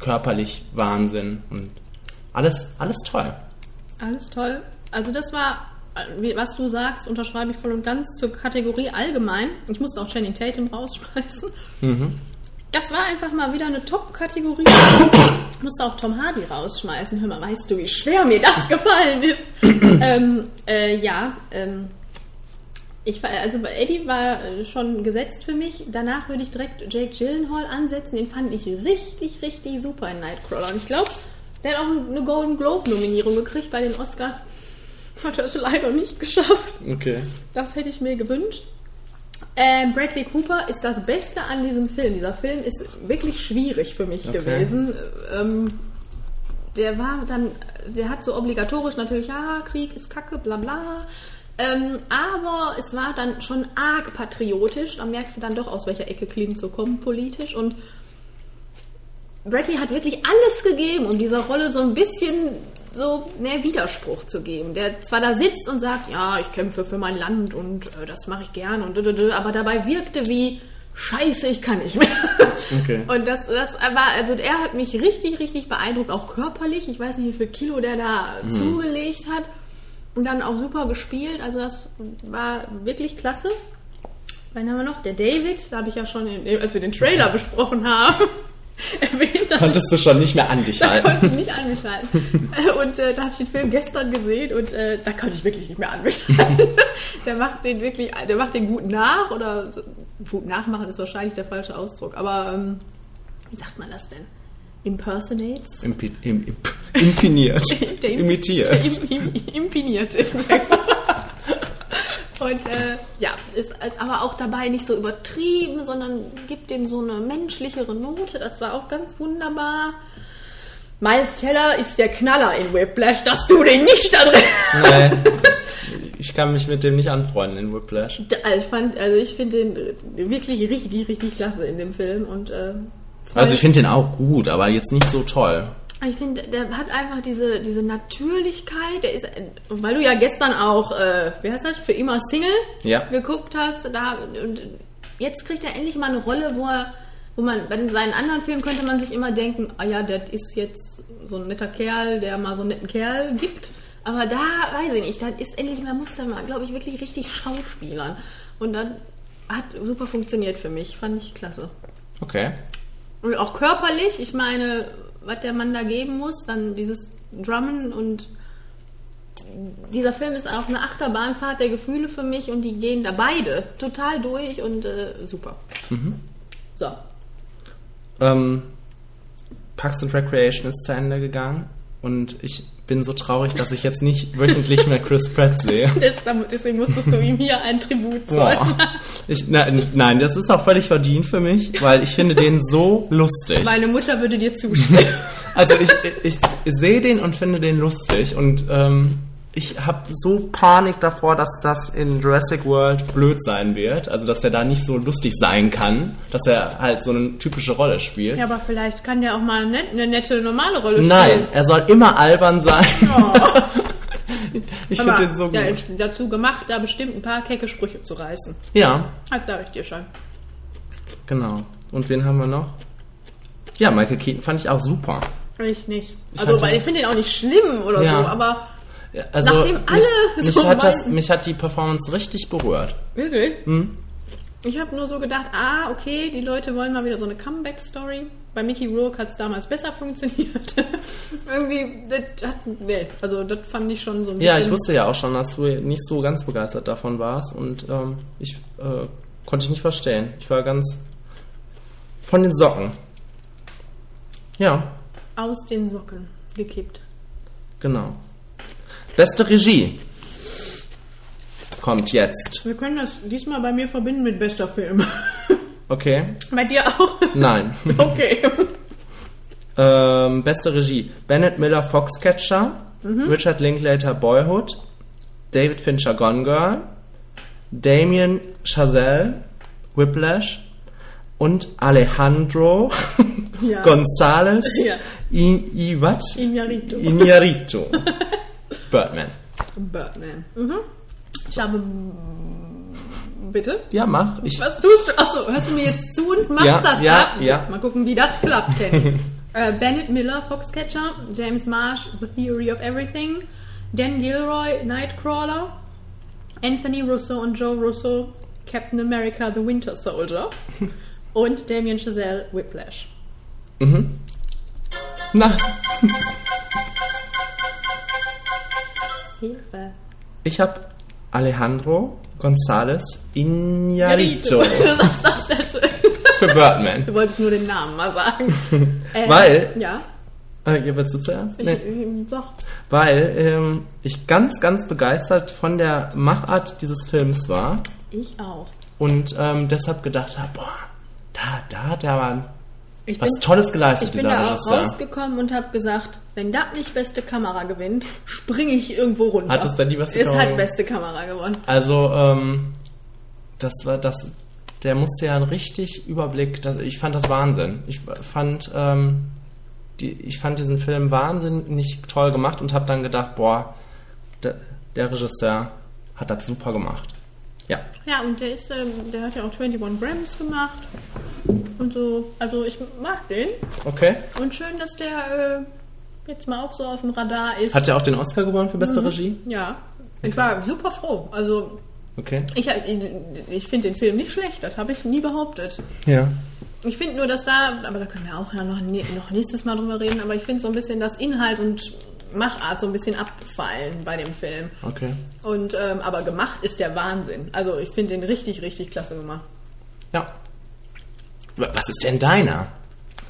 D: körperlich Wahnsinn und alles, alles toll.
C: Alles toll. Also das war, äh, wie- was du sagst, unterschreibe ich voll und ganz zur Kategorie allgemein. Ich musste auch Channing Tatum rausschmeißen. Das war einfach mal wieder eine Top-Kategorie. Ich musste auch Tom Hardy rausschmeißen. Hör mal, weißt du, wie schwer mir das gefallen ist? ähm, äh, ja, ähm, ich war, also bei Eddie war äh, schon gesetzt für mich. Danach würde ich direkt Jake Gyllenhaal ansetzen. Den fand ich richtig, richtig super in Nightcrawler. Und ich glaube, der hat auch eine Golden Globe-Nominierung gekriegt bei den Oscars. Hat er es leider nicht geschafft.
D: Okay.
C: Das hätte ich mir gewünscht. Ähm, Bradley Cooper ist das Beste an diesem Film. Dieser Film ist wirklich schwierig für mich
D: Okay.
C: gewesen. Ähm, der war dann, der hat so obligatorisch natürlich, ja, Krieg ist Kacke, bla bla. Ähm, aber es war dann schon arg patriotisch. Da merkst du dann doch, aus welcher Ecke Clean so kommt politisch. Und Bradley hat wirklich alles gegeben, um dieser Rolle so ein bisschen so ne, Widerspruch zu geben. Der zwar da sitzt und sagt, ja, ich kämpfe für mein Land und äh, das mache ich gern und dödödö, aber dabei wirkte wie Scheiße, ich kann nicht mehr.
D: Okay.
C: Und das, das war, also er hat mich richtig, richtig beeindruckt, auch körperlich. Ich weiß nicht, wie viel Kilo der da zugelegt hat. Und dann auch super gespielt. Also das war wirklich klasse. Wen haben wir noch? Der David, da habe ich ja schon, in, als wir den Trailer besprochen haben, erwähnt. dass
D: Konntest du schon nicht mehr an dich
C: da konnte
D: halten.
C: ich nicht an mich halten. Äh, und äh, da habe ich den Film gestern gesehen und äh, da konnte ich wirklich nicht mehr an mich halten. der macht den wirklich, der macht den gut nach oder so, gut nachmachen ist wahrscheinlich der falsche Ausdruck, aber ähm, wie sagt man das denn? Impersonates?
D: Impi im, imp impiniert.
C: Der im- Der
D: Imitiert.
C: im, im, impiniert. Und äh, ja, ist, ist aber auch dabei nicht so übertrieben, sondern gibt dem so eine menschlichere Note. Das war auch ganz wunderbar. Miles Teller ist der Knaller in Whiplash, dass du den nicht da drin
D: Nee. Äh, Ich kann mich mit dem nicht anfreunden in Whiplash.
C: Also ich fand, also ich finde den wirklich richtig, richtig klasse in dem Film und äh, voll-
D: Also ich finde den auch gut, aber jetzt nicht so toll.
C: Ich finde, der hat einfach diese, diese Natürlichkeit. Der ist, und weil du ja gestern auch, äh, wie heißt das, für immer Single
D: Ja.
C: geguckt hast, da und jetzt kriegt er endlich mal eine Rolle, wo er, wo man bei den- seinen anderen Filmen könnte man sich immer denken, ah ja, das ist jetzt so ein netter Kerl, der mal so einen netten Kerl gibt. Aber da weiß ich nicht, dann ist endlich mal, muss er mal, glaube ich, wirklich richtig Schauspielern. Und dann hat super funktioniert für mich, fand ich klasse.
D: Okay.
C: Und auch körperlich, ich meine, was der Mann da geben muss, dann dieses Drummen und dieser Film ist auch eine Achterbahnfahrt der Gefühle für mich und die gehen da beide total
D: Mhm.
C: durch und äh, super. So.
D: Ähm, Parks and Recreation ist zu Ende gegangen und ich bin so traurig, dass ich jetzt nicht wöchentlich mehr Chris Pratt sehe.
C: Deswegen deswegen musstest du ihm hier ein Tribut zollen.
D: Boah. Ich, na, nein, das ist auch völlig verdient für mich, weil ich finde den so lustig.
C: Meine Mutter würde dir zustimmen.
D: Also ich, ich, ich sehe den und finde den lustig und ähm, ich habe so Panik davor, dass das in Jurassic World blöd sein wird. Also dass er da nicht so lustig sein kann, dass er halt so eine typische Rolle spielt.
C: Ja, aber vielleicht kann der auch mal ne- eine nette, normale Rolle spielen.
D: Nein, er soll immer albern sein.
C: Oh.
D: Ich
C: Aber
D: finde den so gut.
C: der ist dazu gemacht, da bestimmt ein paar kecke Sprüche zu reißen.
D: Ja,
C: Das sage ich dir schon.
D: genau. Und wen haben wir noch? Ja, Michael Keaton fand ich auch super.
C: Ich nicht.
D: Ich
C: Also,
D: hatte-
C: weil ich finde den auch nicht schlimm oder
D: Ja.
C: so, aber
D: Also,
C: Nachdem alle
D: mich, mich,
C: so
D: hat das,
C: meinten.
D: mich hat die Performance richtig berührt.
C: wirklich.
D: Hm?
C: Ich habe nur so gedacht, ah, okay, die Leute wollen mal wieder so eine Comeback-Story. Bei Mickey Rourke hat es damals besser funktioniert. Irgendwie, das hat, nee, also das fand ich schon so ein bisschen...
D: Ja, ich wusste ja auch schon, dass du nicht so ganz begeistert davon warst und ähm, ich äh, konnte ich nicht verstehen. Ich war ganz von den Socken. Ja,
C: Aus den Socken gekippt.
D: genau. Beste Regie kommt jetzt.
C: Wir können das diesmal bei mir verbinden mit bester Film.
D: Okay?
C: bei dir auch?
D: Nein.
C: Okay.
D: Ähm, beste Regie. Bennett Miller Foxcatcher,
C: Mhm.
D: Richard Linklater Boyhood, David Fincher Gone Girl, Damien Chazelle Whiplash und Alejandro
C: Ja.
D: González
C: Ja.
D: I- Iwat
C: Inarito.
D: Iñárritu. Birdman.
C: Birdman. Mhm. Ich habe... Bitte?
D: Ja, mach. Ich,
C: Was tust du? Achso, hörst du mir jetzt zu und machst
D: Ja,
C: das
D: ja,
C: ab?
D: ja.
C: Mal gucken, wie das klappt. Ken. äh, Bennett Miller, Foxcatcher, James Marsh, The Theory of Everything, Dan Gilroy, Nightcrawler, Anthony Russo und Joe Russo, Captain America, The Winter Soldier und Damien Chazelle, Whiplash.
D: na,
C: Hilfe.
D: ich habe Alejandro González Iñárritu
C: Du sagst das sehr schön.
D: für Birdman.
C: Du wolltest nur den Namen mal sagen. Äh,
D: Weil-
C: Ja.
D: Äh, hier willst du zuerst?
C: Ich,
D: Nee.
C: ich, doch.
D: weil ähm, ich ganz, ganz begeistert von der Machart dieses Films war
C: Ich auch.
D: und ähm, deshalb gedacht habe, boah, da, da hat er mal
C: Ich
D: was
C: bin-
D: Tolles geleistet,
C: Ich bin
D: dieser
C: da auch
D: Regisseur.
C: rausgekommen und habe gesagt, wenn das nicht beste Kamera gewinnt, springe ich irgendwo runter.
D: Hat es dann die beste
C: Es
D: Kamera
C: hat beste Kamera gewonnen.
D: Also, ähm, das war das, der musste ja einen richtig Überblick, das, ich fand das Wahnsinn. Ich fand, ähm, die, ich fand diesen Film wahnsinnig toll gemacht und habe dann gedacht, boah, der, der Regisseur hat das super gemacht. Ja,
C: Ja, und der ist, ähm, der hat ja auch 21 Grams gemacht und so. Also ich mag den
D: okay.
C: und schön, dass der äh, jetzt mal auch so auf dem Radar ist. Mhm.
D: Hat er auch den Oscar gewonnen für beste Regie?
C: ja. Ich war super froh. Also
D: Okay.
C: ich, hab- ich, ich finde den Film nicht schlecht, das habe ich nie behauptet.
D: Ja.
C: Ich finde nur, dass da, aber da können wir auch noch, nä- noch nächstes Mal drüber reden, aber ich finde so ein bisschen, dass Inhalt und Machart so ein bisschen abfallen bei dem Film.
D: Okay.
C: Und ähm, aber gemacht ist der Wahnsinn. Also ich finde den richtig, richtig klasse gemacht.
D: Ja. Wa- Was ist denn deiner?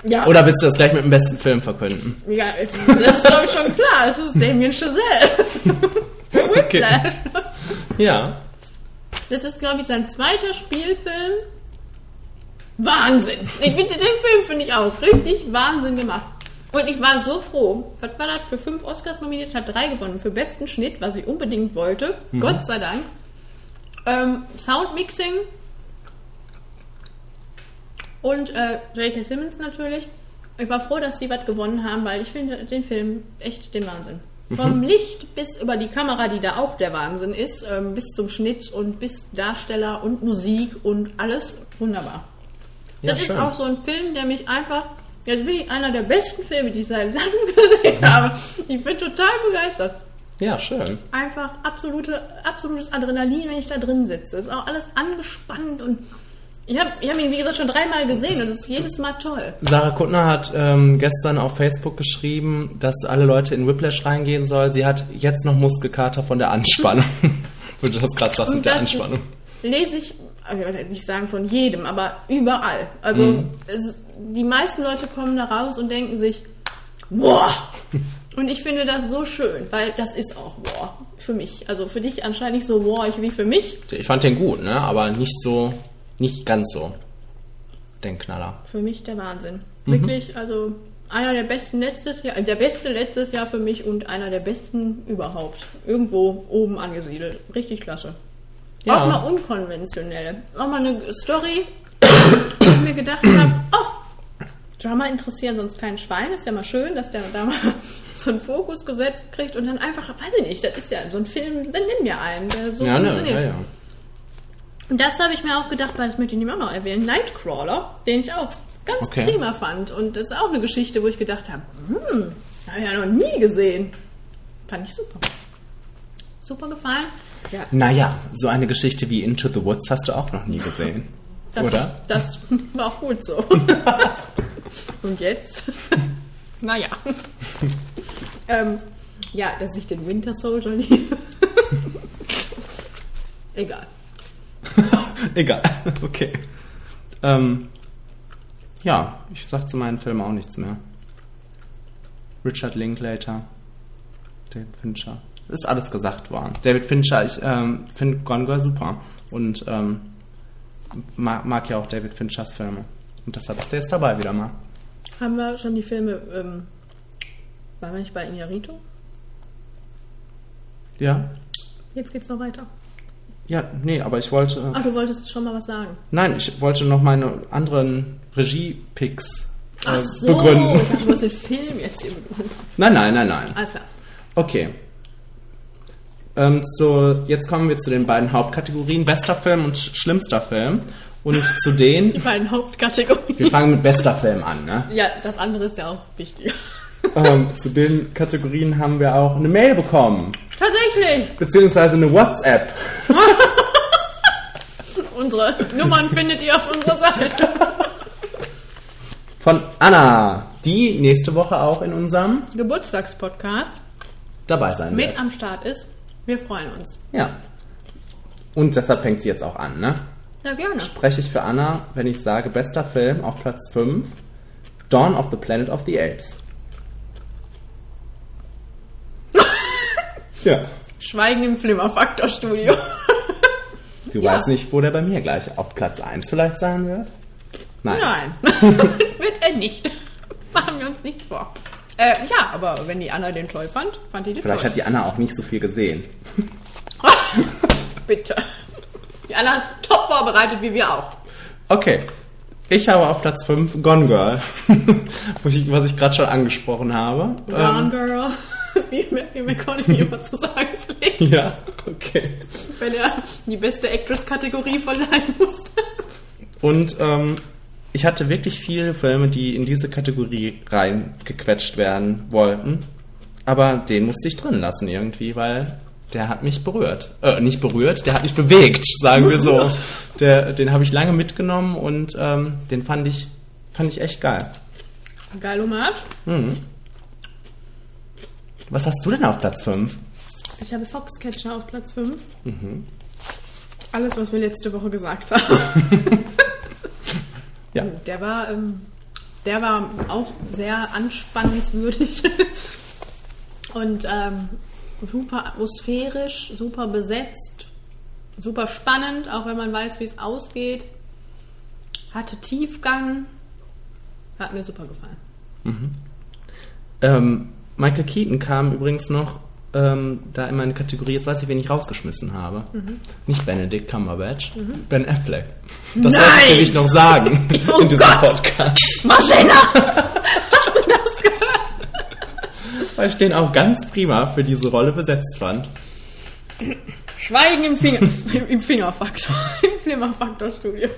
C: Ja,
D: Oder willst du das gleich mit dem besten Film verkünden?
C: ja es, das ist glaube ich schon klar. Es ist Damien Chazelle. Whiplash.
D: Ja.
C: Das ist, glaube ich, sein zweiter Spielfilm. Wahnsinn! Ich finde den Film finde ich auch richtig Wahnsinn gemacht. Und ich war so froh. Was war das für fünf Oscars nominiert? Hat drei gewonnen. Für besten Schnitt, was ich unbedingt wollte. Gott sei Dank. Ähm, Soundmixing. Und äh, J.K. Simmons natürlich. Ich war froh, dass die was gewonnen haben, weil ich finde den Film echt den Wahnsinn.
D: Mhm.
C: Vom Licht bis über die Kamera, die da auch der Wahnsinn ist, ähm, bis zum Schnitt und bis Darsteller und Musik und alles wunderbar.
D: Ja,
C: das
D: schön.
C: ist auch so ein Film, der mich einfach. Das ist wirklich einer der besten Filme, die ich seit langem gesehen
D: Mhm.
C: habe. Ich bin total begeistert.
D: Ja, schön.
C: Einfach absolute, absolutes Adrenalin, wenn ich da drin sitze. Ist auch alles angespannt und ich habe ich hab ihn, wie gesagt, schon dreimal gesehen und es ist jedes Mal toll.
D: Sarah Kuttner hat ähm, gestern auf Facebook geschrieben, dass alle Leute in Whiplash reingehen sollen. Sie hat jetzt noch Muskelkater von der Anspannung. Wo du das gerade sagst mit der
C: das
D: Anspannung.
C: lese ich ich würde nicht sagen von jedem, aber überall. Also es, die meisten Leute kommen da raus und denken sich, boah. Und ich finde das so schön, weil das ist auch boah für mich. Also für dich anscheinend nicht so boah ich wie für mich.
D: Ich fand den gut, ne? Aber nicht so, nicht ganz so. Den Knaller.
C: Für mich der Wahnsinn.
D: Mhm.
C: Wirklich, also einer der besten letztes Jahr, äh, der beste letztes Jahr für mich und einer der besten überhaupt. Irgendwo oben angesiedelt. Richtig klasse.
D: Ja.
C: Auch mal unkonventionell. Auch mal eine Story, wo ich mir gedacht habe, oh, Drama interessieren sonst kein Schwein. Ist ja mal schön, dass der da mal so einen Fokus gesetzt kriegt und dann einfach, weiß ich nicht, das ist ja so ein Film, dann nimm mir einen. Der so
D: ja, ne,
C: funktioniert.
D: ja, ja.
C: Und das habe ich mir auch gedacht, weil das möchte ich nicht auch noch erwähnen, Nightcrawler, den ich auch ganz
D: Okay.
C: prima fand. Und das ist auch eine Geschichte, wo ich gedacht habe, hm, habe ich ja noch nie gesehen. Fand ich super. Super gefallen. Ja,
D: Naja, so eine Geschichte wie Into the Woods hast du auch noch nie gesehen.
C: das,
D: Oder?
C: das war auch gut so. Und jetzt? naja. ähm, ja, dass ich den Winter Soldier liebe. Egal.
D: Egal. Okay. Ähm, ja, ich sag zu meinen Filmen auch nichts mehr. Richard Linklater, David Fincher. Ist alles gesagt worden. David Fincher, ich ähm, finde Gone Girl super. Und ähm, mag, mag ja auch David Finchers Filme. Und deshalb ist der jetzt dabei wieder mal.
C: Haben wir schon die Filme, ähm, waren wir nicht bei Inarito?
D: Ja?
C: Jetzt geht's noch weiter.
D: Ja, nee, aber ich wollte. äh,
C: Ach, du wolltest schon mal was sagen.
D: Nein, ich wollte noch meine anderen Regie-Picks äh,
C: Ach so,
D: begründen.
C: ich dachte, du wolltest den Film jetzt hier begründen.
D: Nein, nein, nein, nein.
C: Alles klar.
D: Okay. Ähm, so, jetzt kommen wir zu den beiden Hauptkategorien, bester Film und sch schlimmster Film. Und zu
C: Die
D: denen,
C: beiden
D: wir
C: Hauptkategorien.
D: fangen mit bester Film an, ne?
C: Ja, das andere ist ja auch wichtiger.
D: Ähm, zu den Kategorien haben wir auch eine Mail bekommen,
C: Tatsächlich!
D: beziehungsweise eine WhatsApp.
C: Unsere Nummern findet ihr auf unserer Seite.
D: Von Anna, die nächste Woche auch in unserem
C: Geburtstagspodcast
D: dabei sein
C: mit
D: wird.
C: am Start ist. Wir freuen uns.
D: Ja. Und deshalb fängt sie jetzt auch an, ne?
C: Ja, gerne.
D: Spreche ich für Anna, wenn ich sage, bester Film auf Platz 5, Dawn of the Planet of the Apes. ja.
C: Schweigen im Flimmerfaktor-Studio.
D: Du weißt nicht, wo der bei mir gleich auf Platz 1 vielleicht sein wird? Nein.
C: Nein, wird er nicht. Machen wir uns nichts vor. Äh, ja, aber wenn die Anna den toll fand, fand die den
D: Vielleicht
C: toll.
D: hat die Anna auch nicht so viel gesehen.
C: Bitte. Die Anna ist top vorbereitet, wie wir auch.
D: Okay. Ich habe auf Platz 5 Gone Girl, Wo ich- was ich gerade schon angesprochen habe. Ähm,
C: Gone Girl. Wie Matthew McConaughey immer zu sagen pflegt,
D: ja, okay.
C: wenn er die beste Actress-Kategorie verleihen musste.
D: Und ähm, ich hatte wirklich viele Filme, die in diese Kategorie reingequetscht werden wollten. Aber den musste ich drin lassen irgendwie, weil der hat mich berührt. Äh, nicht berührt, der hat mich bewegt, sagen wir so. Der, den habe ich lange mitgenommen und ähm, den fand ich, fand ich echt geil.
C: Geilomat.
D: Was hast du denn auf Platz 5?
C: Ich habe Foxcatcher auf Platz 5. Alles, was wir letzte Woche gesagt haben.
D: Ja.
C: Der war, ähm, der war auch sehr anspannungswürdig und ähm, super atmosphärisch, super besetzt, super spannend, auch wenn man weiß, wie es ausgeht. Hatte Tiefgang, hat mir super gefallen.
D: Ähm, Michael Keaton kam übrigens noch ähm, da in meine Kategorie, jetzt weiß ich, wen ich rausgeschmissen habe.
C: Mhm.
D: Nicht Benedict Cumberbatch, Ben Affleck. Das
C: Nein!
D: wollte ich nämlich noch sagen
C: Oh
D: in diesem
C: Gott!
D: Podcast.
C: Marcella!
D: Weil ich den auch ganz prima für diese Rolle besetzt fand.
C: Schweigen im, Finger, im Fingerfaktor, im Flimmerfaktor-Studio.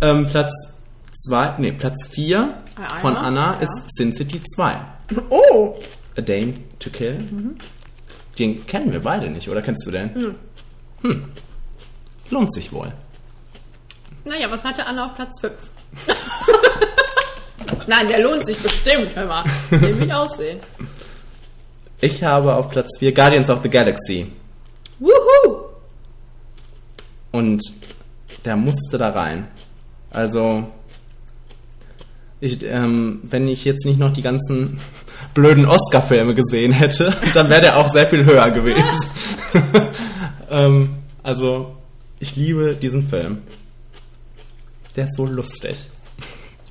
D: Ähm, Platz zwei, nee, Platz vier
C: Ah,
D: von
C: Anna?
D: Anna
C: Ja.
D: ist Sin City 2.
C: Oh!
D: A Dame to Kill. Den kennen wir beide nicht, oder kennst du den? Hm. Lohnt sich wohl.
C: Naja, was hatte Anna auf Platz 5? Nein, der lohnt sich bestimmt, hör mal. Den will ich aussehen.
D: Ich habe auf Platz vier Guardians of the Galaxy.
C: Wuhu!
D: Und der musste da rein. Also, ich, ähm, wenn ich jetzt nicht noch die ganzen blöden Oscar-Filme gesehen hätte, dann wäre der auch sehr viel höher gewesen. ähm, also, ich liebe diesen Film. Der ist so lustig.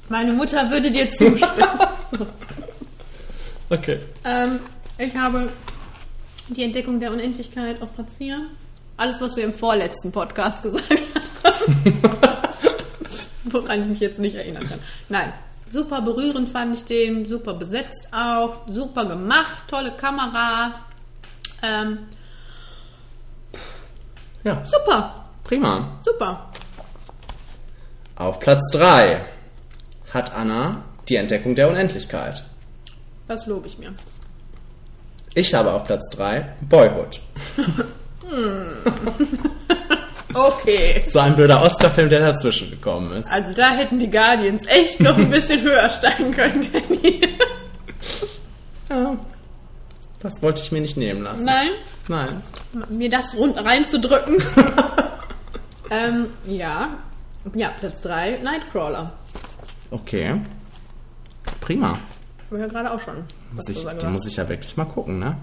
C: Meine Mutter würde dir zustimmen. so.
D: Okay.
C: ähm, ich habe die Entdeckung der Unendlichkeit auf Platz 4. Alles, was wir im vorletzten Podcast gesagt haben. Woran ich mich jetzt nicht erinnern kann. Nein. Super berührend fand ich den, super besetzt auch, super gemacht, tolle Kamera. Ähm,
D: Ja,
C: super,
D: prima.
C: super.
D: Auf Platz 3 hat Anna die Entdeckung der Unendlichkeit.
C: Das lobe ich mir.
D: Ich habe auf Platz 3 Boyhood.
C: Okay.
D: So ein blöder Oscar-Film, der dazwischen gekommen ist.
C: Also da hätten die Guardians echt noch ein bisschen höher steigen können, Kenny.
D: Ja, das wollte ich mir nicht nehmen lassen.
C: Nein,
D: Nein.
C: mir das rund reinzudrücken. ähm, ja. Ja, Platz 3, Nightcrawler.
D: Okay. Prima.
C: Haben wir ja gerade auch schon.
D: Muss
C: was
D: ich,
C: drüber
D: den muss ich ja wirklich mal gucken, ne?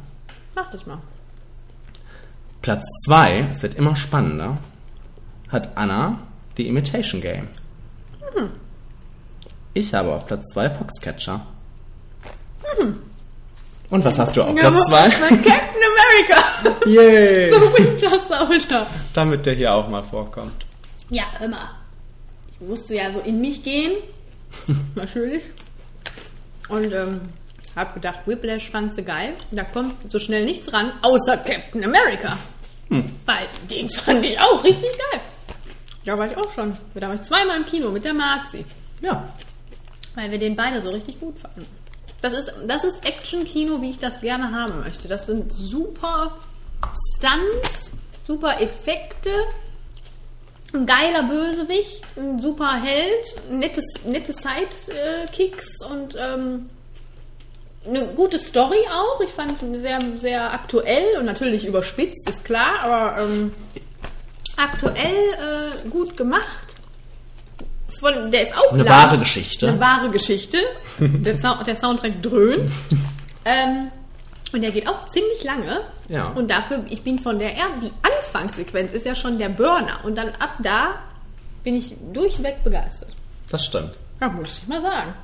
C: Mach dich mal.
D: Platz 2, es wird immer spannender, hat Anna The Imitation Game. Hm. Ich habe auf Platz 2 Foxcatcher. Hm. Und was hast du auf
C: Ja,
D: Platz 2?
C: mein Captain America.
D: Yay!
C: Winter Soldier.
D: Damit der hier auch mal vorkommt.
C: Ja, immer. Ich musste ja so in mich gehen. Natürlich. Und ähm, hab gedacht, Whiplash fandst du geil. Da kommt so schnell nichts ran, außer Captain America. Weil den fand ich auch richtig geil. Da war ich auch schon. Da war ich zweimal im Kino mit der Marzi.
D: Ja.
C: Weil wir den beide so richtig gut fanden. Das ist, das ist Action-Kino, wie ich das gerne haben möchte. Das sind super Stunts, super Effekte, ein geiler Bösewicht, ein super Held, nettes, nette Sidekicks und ähm, eine gute Story auch. Ich fand ihn sehr, sehr aktuell und natürlich überspitzt, ist klar, aber ähm, aktuell äh, gut gemacht. Von, der ist auch
D: Eine
C: lang.
D: wahre Geschichte.
C: Eine wahre Geschichte. Der, Sound, der Soundtrack dröhnt. Ähm, und der geht auch ziemlich lange.
D: Ja.
C: Und dafür, ich bin von der, er- die Anfangssequenz ist ja schon der Burner. Und dann ab da bin ich durchweg begeistert.
D: Das stimmt.
C: Ja, muss ich mal sagen.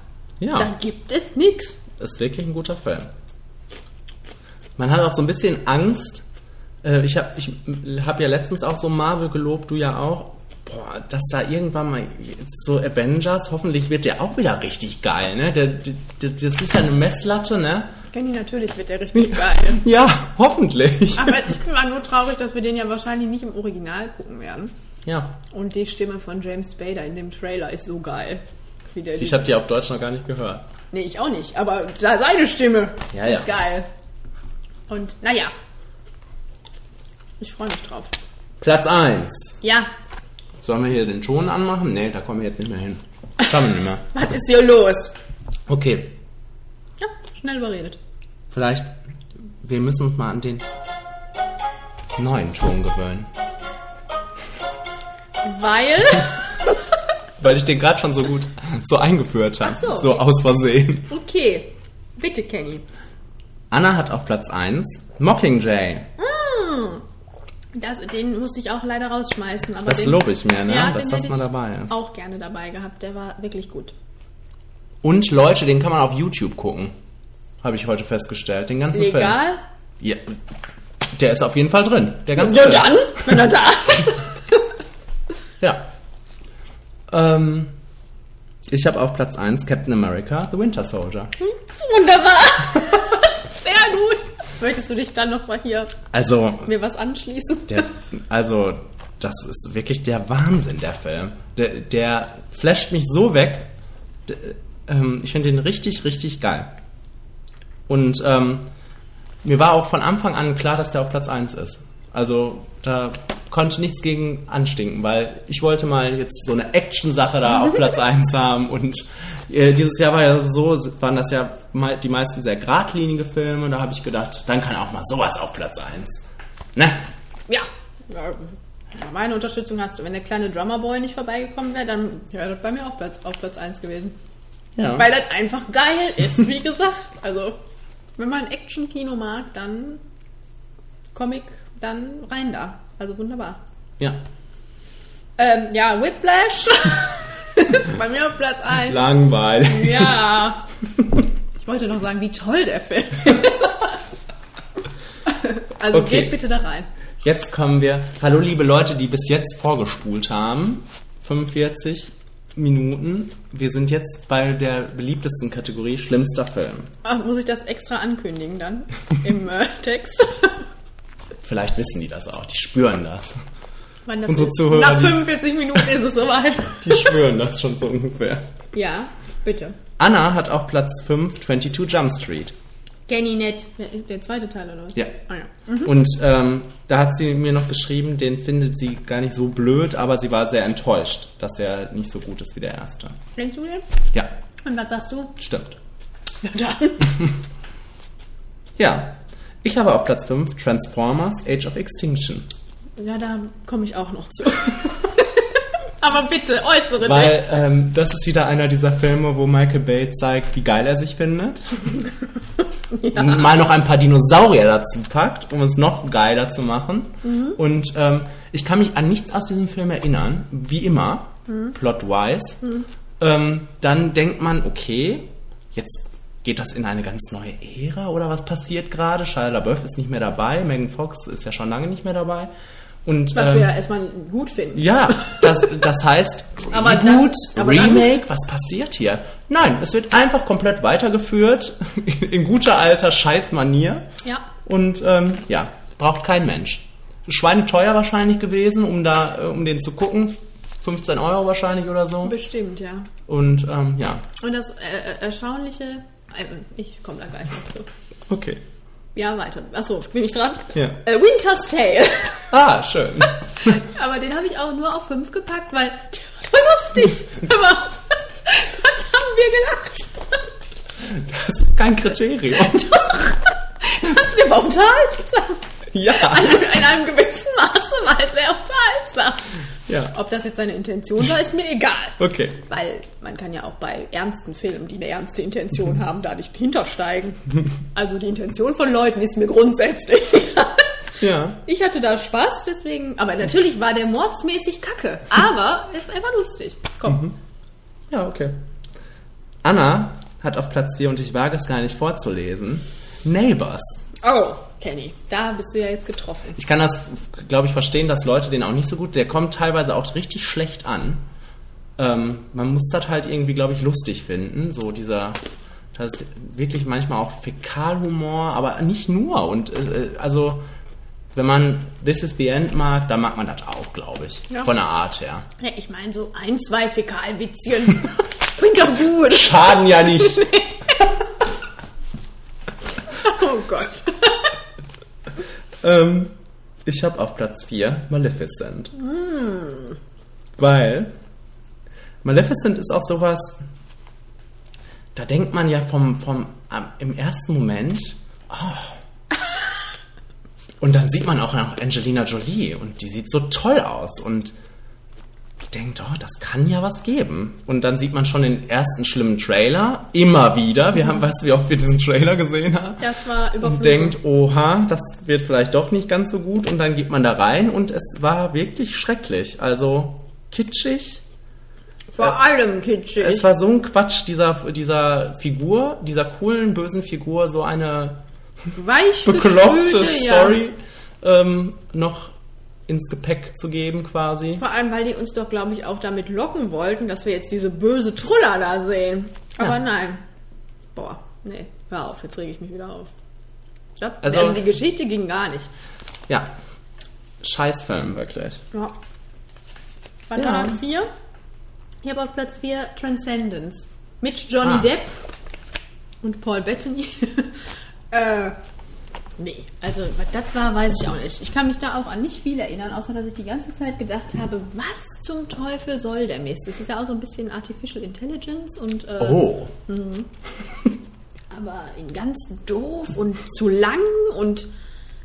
D: Ja.
C: Da gibt es nichts.
D: ist wirklich ein guter Film. Man hat auch so ein bisschen Angst. Äh, Ich habe ich hab ja letztens auch so Marvel gelobt, du ja auch. Boah, dass da irgendwann mal so Avengers, hoffentlich wird der auch wieder richtig geil, ne? Der, der, der, das ist ja eine Messlatte, ne?
C: Kenny, natürlich wird der richtig geil.
D: Ja, hoffentlich.
C: Aber ich bin mal nur traurig, dass wir den ja wahrscheinlich nicht im Original gucken werden.
D: Ja,
C: Und die Stimme von James Spader in dem Trailer ist so geil. Wie der
D: ich habe die auf Deutsch noch gar nicht gehört.
C: Nee, ich auch nicht. Aber da seine Stimme
D: Ja,
C: ist
D: ja.
C: geil. Und naja. Ich freue mich drauf.
D: Platz 1.
C: Ja,
D: Sollen wir hier den Ton anmachen? Nee, da kommen wir jetzt nicht mehr hin. Schaffen wir nicht mehr.
C: was ist hier los?
D: Okay,
C: Ja, schnell überredet.
D: Vielleicht, wir müssen uns mal an den neuen Ton gewöhnen.
C: Weil.
D: Weil ich den gerade schon so gut so eingeführt habe.
C: Ach so.
D: aus Versehen.
C: Okay. Bitte, Kenny.
D: Anna hat auf Platz 1 Mockingjay.
C: Das, den musste ich auch leider rausschmeißen. Aber
D: Das
C: Oh, den,
D: lobe ich mir, ne?
C: Ja,
D: dass
C: den
D: das
C: hätte
D: mal
C: ich
D: dabei ist.
C: Auch gerne dabei gehabt. Der war wirklich gut.
D: Und Leute, den kann man auf YouTube gucken. Habe ich heute festgestellt. Den ganzen
C: Legal.
D: Film. Ja. Der ist auf jeden Fall drin. Der ganze
C: Ja,
D: Film.
C: dann, wenn er da ist.
D: Ja. Ähm, ich habe auf Platz 1 Captain America, The Winter Soldier.
C: Wunderbar. Sehr gut. Möchtest du dich dann nochmal hier
D: Also,
C: mir was anschließen?
D: Der, also, das ist wirklich der Wahnsinn, der Film. Der, der flasht mich so weg. D- ähm, Ich finde den richtig, richtig geil. Und ähm, mir war auch von Anfang an klar, dass der auf Platz 1 ist. Also, da konnte nichts gegen anstinken, weil ich wollte mal jetzt so eine Action-Sache da auf Platz 1 haben. Und äh, dieses Jahr war ja so, waren das ja mei- die meisten sehr geradlinige Filme. Da habe ich gedacht, dann kann auch mal sowas auf Platz 1. Ne?
C: Ja. Ja, Ja, meine Unterstützung hast du. Wenn der kleine Drummerboy nicht vorbeigekommen wäre, dann wäre das bei mir auch Platz, auf Platz 1 gewesen.
D: Ja.
C: Weil das einfach geil ist, wie gesagt. Also, wenn man Action-Kino mag, dann Comic, dann rein da. Also wunderbar.
D: ja.
C: Ähm, ja, Whiplash. ist bei mir auf Platz 1.
D: Langweilig.
C: Ja. Ich wollte noch sagen, wie toll der Film ist. Also
D: Okay.
C: geht bitte da rein.
D: Jetzt kommen wir. Hallo, liebe Leute, die bis jetzt vorgespult haben. 45 Minuten. Wir sind jetzt bei der beliebtesten Kategorie schlimmster Film.
C: Ach, Ah, muss ich das extra ankündigen dann im äh, Text?
D: Vielleicht wissen die das auch. Die spüren das.
C: Wann das
D: Unsere
C: ist?
D: Zuhörer,
C: Nach
D: die-
C: 45 Minuten ist es soweit.
D: Die spüren das schon so ungefähr.
C: ja, bitte.
D: Anna hat auf Platz 5 22 Jump Street.
C: Kenny Nett. Der- Der zweite Teil oder was?
D: Ja.
C: Ah, ja.
D: Und ähm, da hat sie mir noch geschrieben, den findet sie gar nicht so blöd, aber sie war sehr enttäuscht, dass er nicht so gut ist wie der erste.
C: Kennst du den?
D: Ja,
C: Und was sagst du?
D: stimmt.
C: Ja, dann.
D: Ja. Ich habe auf Platz 5 Transformers Age of Extinction.
C: Ja, da komme ich auch noch zu. Aber bitte, äußere dich.
D: Weil ähm, das ist wieder einer dieser Filme, wo Michael Bay zeigt, wie geil er sich findet. Und Mal noch ein paar Dinosaurier dazu packt, um es noch geiler zu machen. Und ähm, ich kann mich an nichts aus diesem Film erinnern, wie immer, plot-wise. Ähm, dann denkt man, okay, jetzt geht das in eine ganz neue Ära oder was passiert gerade? Shia LaBeouf ist nicht mehr dabei, Megan Fox ist ja schon lange nicht mehr dabei. Und,
C: Was
D: ähm,
C: wir ja erstmal gut finden.
D: ja, das, das heißt
C: Aber
D: Reboot,
C: dann- aber dann-
D: Remake, was passiert hier? Nein, es wird einfach komplett weitergeführt, in guter alter Scheißmanier.
C: Ja.
D: Und ähm, ja, braucht kein Mensch. Schweineteuer wahrscheinlich gewesen, um da, äh, um den zu gucken. 15 Euro wahrscheinlich oder so.
C: Bestimmt, ja.
D: Und ähm, ja,
C: Und das äh, äh, Erstaunliche. Äh, ich komme da gleich noch zu.
D: okay.
C: Ja, weiter. Achso, bin ich dran?
D: Ja.
C: Äh, Winter's Tale.
D: Ah, schön.
C: Aber den habe ich auch nur auf 5 gepackt, weil der war doch lustig. Aber was haben wir gelacht?
D: Kein Kriterium.
C: Das der war unterhaltsam.
D: Ja,
C: In in einem gewissen Maße war es sehr unterhaltsam.
D: ja.
C: Ob das jetzt seine Intention war, ist mir egal.
D: Okay.
C: Weil man kann ja auch bei ernsten Filmen, die eine ernste Intention haben, da nicht hintersteigen. Also die Intention von Leuten ist mir grundsätzlich egal.
D: Ja.
C: Ich hatte da Spaß, deswegen. Aber natürlich war der mordsmäßig kacke. Aber es, er war lustig. Komm.
D: Ja, okay. Anna hat auf Platz 4, und ich wage es gar nicht vorzulesen, Neighbors.
C: Oh, Kenny, da bist du ja jetzt getroffen.
D: Ich kann das, glaube ich, verstehen, dass Leute den auch nicht so gut, der kommt teilweise auch richtig schlecht an. Ähm, man muss das halt irgendwie, glaube ich, lustig finden. So dieser, das ist wirklich manchmal auch Fäkalhumor, aber nicht nur. Und äh, also, wenn man This is the End mag, dann mag man das auch, glaube ich.
C: Ja.
D: Von der Art her.
C: Ja, ich meine, so ein, zwei Fäkalwitzchen sind doch gut.
D: Schaden ja nicht.
C: Oh Gott.
D: Ähm, ich habe auf Platz 4 Maleficent. Weil Maleficent ist auch sowas, da denkt man ja vom, vom am- im ersten Moment, oh. und dann sieht man auch noch Angelina Jolie und die sieht so toll aus und denkt, oh, das kann ja was geben. Und dann sieht man schon den ersten schlimmen Trailer, immer wieder. Wir haben, weißt du, wie oft wir diesen Trailer gesehen haben?
C: Das war
D: und
C: überflüssig.
D: denkt, oha, das wird vielleicht doch nicht ganz so gut und dann geht man da rein und es war wirklich schrecklich. Also kitschig.
C: Vor allem kitschig.
D: äh, Es war so ein Quatsch dieser, dieser Figur, dieser coolen, bösen Figur, so eine
C: Weich
D: bekloppte
C: gespülte, ja.
D: Story ähm, noch ins Gepäck zu geben quasi.
C: Vor allem, weil die uns doch, glaube ich, auch damit locken wollten, dass wir jetzt diese böse Trulla da sehen. Aber
D: Ja.
C: nein. Boah, nee, hör auf, jetzt rege ich mich wieder auf. Das, also,
D: Also-
C: die Geschichte ging gar nicht.
D: Ja. Scheißfilm, wirklich.
C: Ja. Wann
D: Ja.
C: war das? Vier? Ich habe auf Platz 4 Transcendence. Mit Johnny
D: Ah.
C: Depp und Paul Bettany. äh, nee, also was das war, weiß ich auch nicht. Ich kann mich da auch an nicht viel erinnern, außer dass ich die ganze Zeit gedacht habe, was zum Teufel soll der Mist? Das ist ja auch so ein bisschen Artificial Intelligence und... Äh,
D: Oh.
C: aber in ganz doof und zu lang und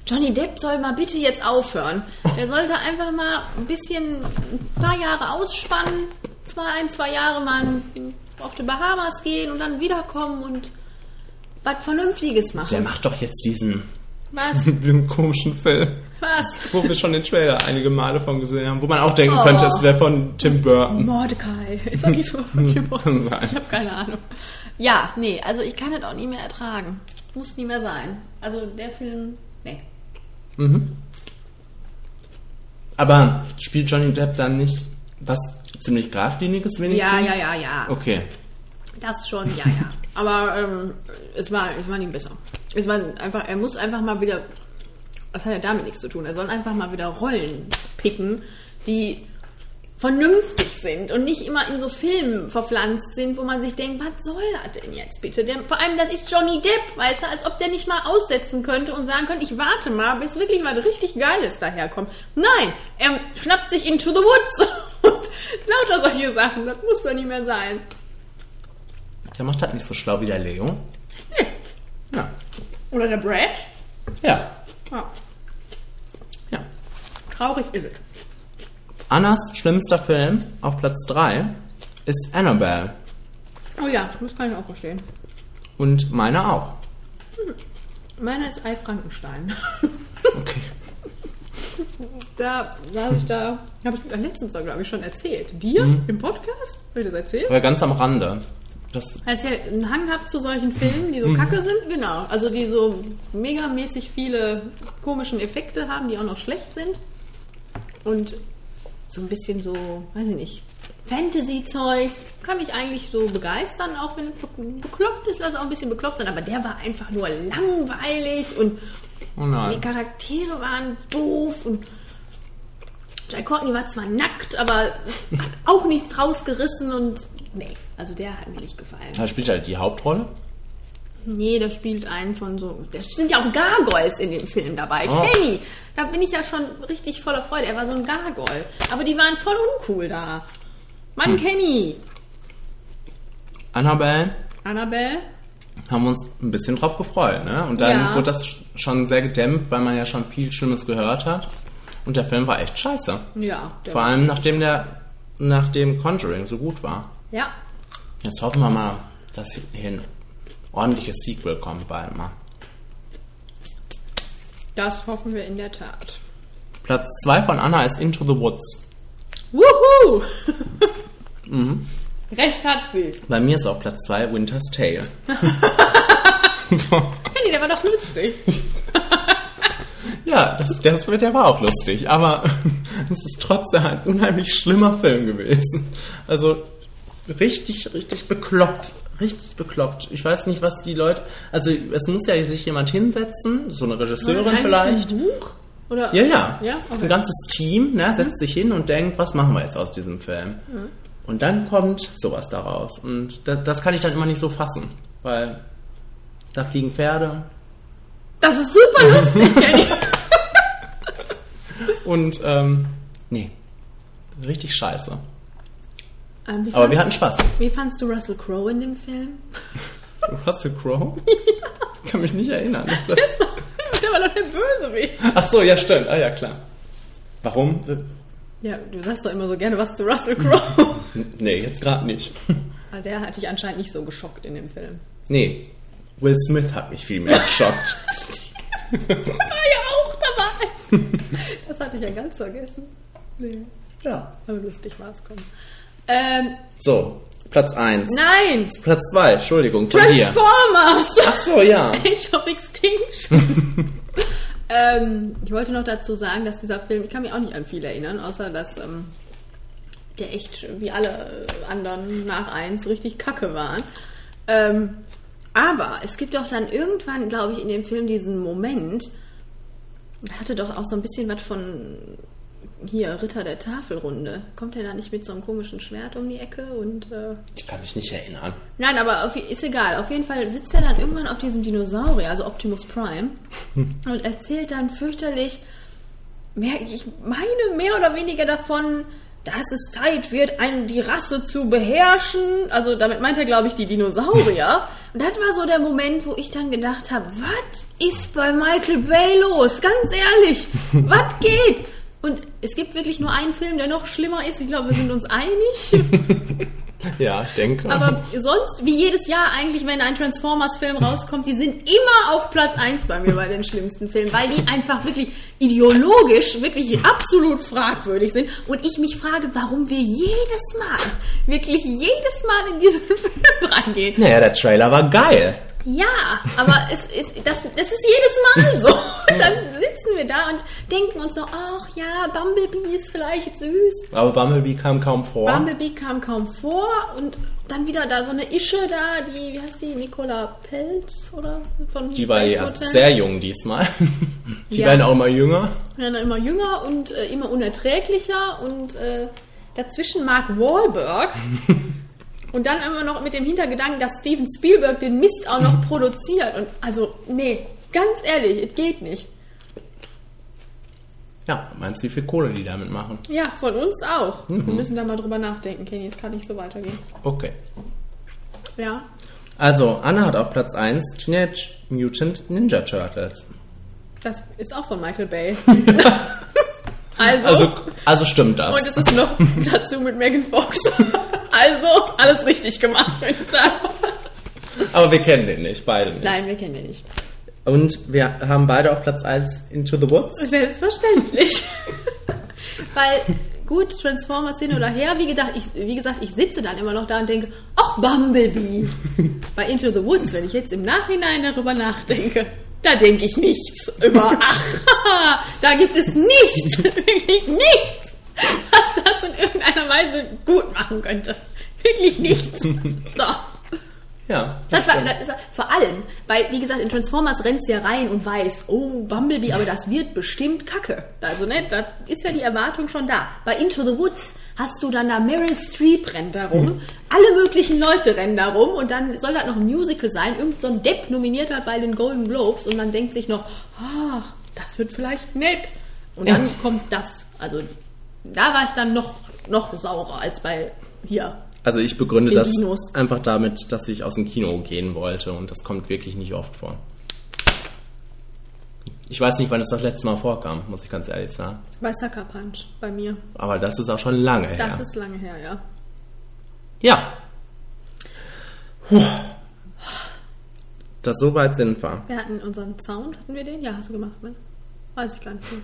C: Johnny Depp soll mal bitte jetzt aufhören. Der sollte einfach mal ein bisschen, ein paar Jahre ausspannen, zwei, ein, zwei Jahre mal auf die Bahamas gehen und dann wiederkommen und was Vernünftiges
D: Der
C: machen.
D: macht doch jetzt diesen,
C: Was?
D: diesen komischen Film,
C: Was?
D: wo wir schon den Trailer einige Male von gesehen haben, wo man auch denken
C: Oh.
D: könnte, es wäre von Tim Burton.
C: Mordecai. Ist doch nicht so von Tim Burton.
D: Kann sein.
C: Ich habe keine Ahnung. Ja, nee, also ich kann das auch nie mehr ertragen. Muss nie mehr sein. Also der Film, nee.
D: Aber spielt Johnny Depp dann nicht was ziemlich Geradliniges wenigstens?
C: Ja, ja, ja, ja.
D: Okay.
C: Das schon, ja, ja. Aber ähm, es, war, es war nicht besser. Es war einfach, er muss einfach mal wieder. Das hat ja damit nichts zu tun. Er soll einfach mal wieder Rollen picken, die vernünftig sind und nicht immer in so Filmen verpflanzt sind, wo man sich denkt, was soll das denn jetzt bitte? Der, vor allem, das ist Johnny Depp, weißt du, als ob der nicht mal aussetzen könnte und sagen könnte, ich warte mal, bis wirklich was richtig Geiles daherkommt. Nein, er schnappt sich Into the Woods und lauter solche Sachen. Das muss doch nicht mehr sein.
D: Der macht das nicht so schlau wie der Leo.
C: Hm.
D: Ja.
C: Oder der Brad?
D: Ja.
C: Ja,
D: Ja.
C: traurig ist es.
D: Annas schlimmster Film auf Platz 3 ist Annabelle.
C: Oh ja, das kann ich auch verstehen.
D: Und meiner auch.
C: Meiner ist Ei Frankenstein.
D: Okay.
C: Da war ich da, habe ich letztens, glaube ich, schon erzählt. Dir im Podcast? Habe ich das erzählt?
D: Aber ganz am Rande. Das,
C: Als ich einen Hang habe zu solchen Filmen, die so kacke sind, genau. Also die so megamäßig viele komischen Effekte haben, die auch noch schlecht sind. Und so ein bisschen so, weiß ich nicht, Fantasy-Zeugs. Kann mich eigentlich so begeistern, auch wenn es bekloppt ist, lass auch ein bisschen bekloppt sein. Aber der war einfach nur langweilig und
D: oh
C: die
D: nein.
C: Charaktere waren doof und Jai Courtney war zwar nackt, aber hat auch nichts rausgerissen und nee, also der hat mir nicht gefallen.
D: Da spielt halt die Hauptrolle.
C: Nee, da spielt einen von so. Da sind ja auch Gargoyles in dem Film dabei.
D: Oh.
C: Jenny, da bin ich ja schon richtig voller Freude. Er war so ein Gargoyle. Aber die waren voll uncool da.
D: Hm.
C: Mann, Kenny.
D: Annabelle
C: Annabelle?
D: haben wir uns ein bisschen drauf gefreut, ne? Und dann
C: Ja.
D: wurde das schon sehr gedämpft, weil man ja schon viel Schlimmes gehört hat. Und der Film war echt scheiße.
C: Ja. Der
D: Vor allem nachdem der nachdem Conjuring so gut war.
C: Ja.
D: Jetzt hoffen wir mal, dass hier ein ordentliches Sequel kommt bald mal.
C: Das hoffen wir in der Tat.
D: Platz 2 von Anna ist Into the Woods.
C: Wuhu!
D: Mhm.
C: Recht hat sie.
D: Bei mir ist auf Platz 2 Winter's Tale.
C: Kenny, der war doch lustig.
D: Ja, das, das wird der war auch lustig, aber es ist trotzdem ein unheimlich schlimmer Film gewesen. Also richtig, richtig bekloppt. Richtig bekloppt. Ich weiß nicht, was die Leute. Also es muss ja sich jemand hinsetzen, so eine Regisseurin
C: Eigentlich
D: vielleicht.
C: Ein Buch? Oder?
D: Ja, ja.
C: Ja, okay.
D: Ein ganzes Team ne, setzt sich hin und denkt, was machen wir jetzt aus diesem Film? Und dann kommt sowas daraus. Und das, das kann ich dann immer nicht so fassen, weil da fliegen Pferde
C: Das ist super lustig, Kenny.
D: und ähm, nee, richtig scheiße.
C: Ähm, wie
D: Aber wir
C: fand-
D: hatten Spaß.
C: wie fandst du Russell Crowe in dem Film?
D: Russell Crowe? Ich kann mich nicht erinnern. Ist das-
C: der war doch der Bösewicht.
D: Ach so, ja stimmt. Ah ja, klar. Warum?
C: Ja, du sagst doch immer so gerne was zu Russell Crowe.
D: Nee, jetzt gerade nicht.
C: Aber der hat dich anscheinend nicht so geschockt in dem Film.
D: Nee, Will Smith hat mich viel mehr geschockt.
C: Da war ja auch dabei. Das hatte ich ja ganz vergessen. Nee,
D: ja.
C: aber lustig war es, komm. Ähm,
D: So, Platz 1.
C: nein!
D: Platz 2, Entschuldigung, von dir.
C: Transformers!
D: Ach so, ja.
C: Age of Extinction. ähm, ich wollte noch dazu sagen, dass dieser Film, ich kann mich auch nicht an viel erinnern, außer dass ähm, der echt wie alle anderen nach eins richtig kacke waren. Ähm, aber es gibt doch dann irgendwann, glaube ich, in dem Film diesen Moment, hatte doch auch so ein bisschen was von hier Ritter der Tafelrunde. Kommt er da nicht mit so einem komischen Schwert um die Ecke und äh,
D: Ich kann mich nicht erinnern.
C: Nein, aber auf, ist egal. Auf jeden Fall sitzt er dann irgendwann auf diesem Dinosaurier, also Optimus Prime, und erzählt dann fürchterlich, mehr, ich meine mehr oder weniger davon, dass es Zeit wird, ein, die Rasse zu beherrschen. Also damit meint er, glaube ich, die Dinosaurier. Und das war so der Moment, wo ich dann gedacht habe, was ist bei Michael Bay los? Ganz ehrlich, was geht? Und es gibt wirklich nur einen Film, der noch schlimmer ist. Ich glaube, wir sind uns einig.
D: Ja, ich denke.
C: Aber sonst, wie jedes Jahr eigentlich, wenn ein Transformers-Film rauskommt, die sind immer auf Platz 1 bei mir bei den schlimmsten Filmen, weil die einfach wirklich ideologisch wirklich absolut fragwürdig sind. Und ich mich frage, warum wir jedes Mal, wirklich jedes Mal in diesen Film reingehen.
D: naja, der Trailer war geil.
C: Ja, aber es ist, das, das ist jedes Mal so. Und dann sitzen wir da und denken uns so, ach ja, Bumblebee ist vielleicht süß.
D: Aber Bumblebee kam kaum vor.
C: Bumblebee kam kaum vor und dann wieder da so eine Ische da, die, wie heißt die, Nicola Pelz oder von
D: die war
C: Pelz
D: ja
C: Hotel.
D: sehr jung diesmal. Die
C: Ja.
D: werden auch immer jünger.
C: Ja, dann immer jünger und äh, immer unerträglicher und äh, dazwischen Mark Wahlberg. und dann immer noch mit dem Hintergedanken, dass Steven Spielberg den Mist auch noch produziert. Und also, nee, ganz ehrlich, es geht nicht.
D: Ja, meinst du, wie viel Kohle die damit machen?
C: Ja, von uns auch.
D: Mhm.
C: Wir müssen da mal drüber nachdenken, Kenny. Es kann nicht so weitergehen.
D: Okay.
C: Ja.
D: Also, Anna hat auf Platz 1 Teenage Mutant Ninja Turtles.
C: Das ist auch von Michael Bay. also,
D: Also, also stimmt das.
C: und es ist noch dazu mit Megan Fox. also, alles richtig gemacht, würde ich sagen.
D: Aber wir kennen den nicht, beide nicht.
C: Nein, wir kennen den nicht.
D: Und wir haben beide auf Platz 1 Into the Woods.
C: Selbstverständlich. Weil, gut, Transformers hin oder her, wie, gedacht, ich, wie gesagt, ich sitze dann immer noch da und denke, ach, Bumblebee. Bei Into the Woods, wenn ich jetzt im Nachhinein darüber nachdenke, da denke ich nichts über, ach, da gibt es nichts, wirklich nichts, was das in irgendeiner Weise gut machen könnte. Wirklich nichts. So.
D: Ja.
C: Das war, das ist, vor allem, weil, wie gesagt, in Transformers rennt sie ja rein und weiß, oh, Bumblebee, aber das wird bestimmt kacke. Also, ne, das ist ja die Erwartung schon da. Bei Into the Woods hast du dann da Meryl Streep rennt da rum, alle möglichen Leute rennen da rum und dann soll das noch ein Musical sein. Irgend so ein Depp nominiert hat bei den Golden Globes und man denkt sich noch, ah, das wird vielleicht nett. Und dann
D: Ja.
C: kommt das. Also, da war ich dann noch, noch saurer als bei hier.
D: Also ich begründe
C: Den
D: das
C: Dinos.
D: einfach damit, dass ich aus dem Kino gehen wollte und das kommt wirklich nicht oft vor. Ich weiß nicht, wann es das letzte Mal vorkam, muss ich ganz ehrlich sagen.
C: Bei Sucker Punch, bei mir.
D: Aber das ist auch schon lange her.
C: Das ist lange her, ja.
D: ja. Puh. Das soweit sind wir.
C: Wir hatten unseren Sound, hatten wir den? Ja, hast du gemacht, ne? Weiß ich gar nicht mehr.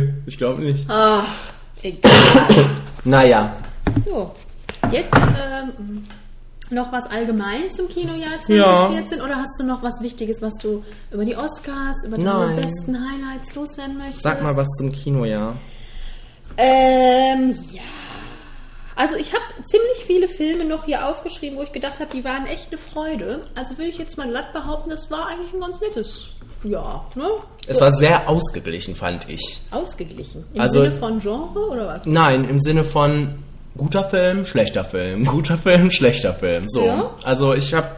D: Nee, ich glaube nicht.
C: Ach, egal.
D: Naja,
C: so, jetzt ähm, noch was allgemein zum Kinojahr 2014 oder hast du noch was Wichtiges, was du über die Oscars, über deine
D: Nein.
C: besten Highlights loswerden möchtest?
D: sag mal was zum Kinojahr.
C: Ähm, ja. Also ich habe ziemlich viele Filme noch hier aufgeschrieben, wo ich gedacht habe, die waren echt eine Freude. Also würde ich jetzt mal glatt behaupten, das war eigentlich ein ganz nettes Jahr, ne?
D: Es war sehr ausgeglichen, fand ich.
C: Ausgeglichen. Im
D: Also-
C: Sinne von Genre oder was?
D: Nein, im Sinne von guter Film, schlechter Film, guter Film, schlechter Film. So.
C: Ja.
D: Also ich habe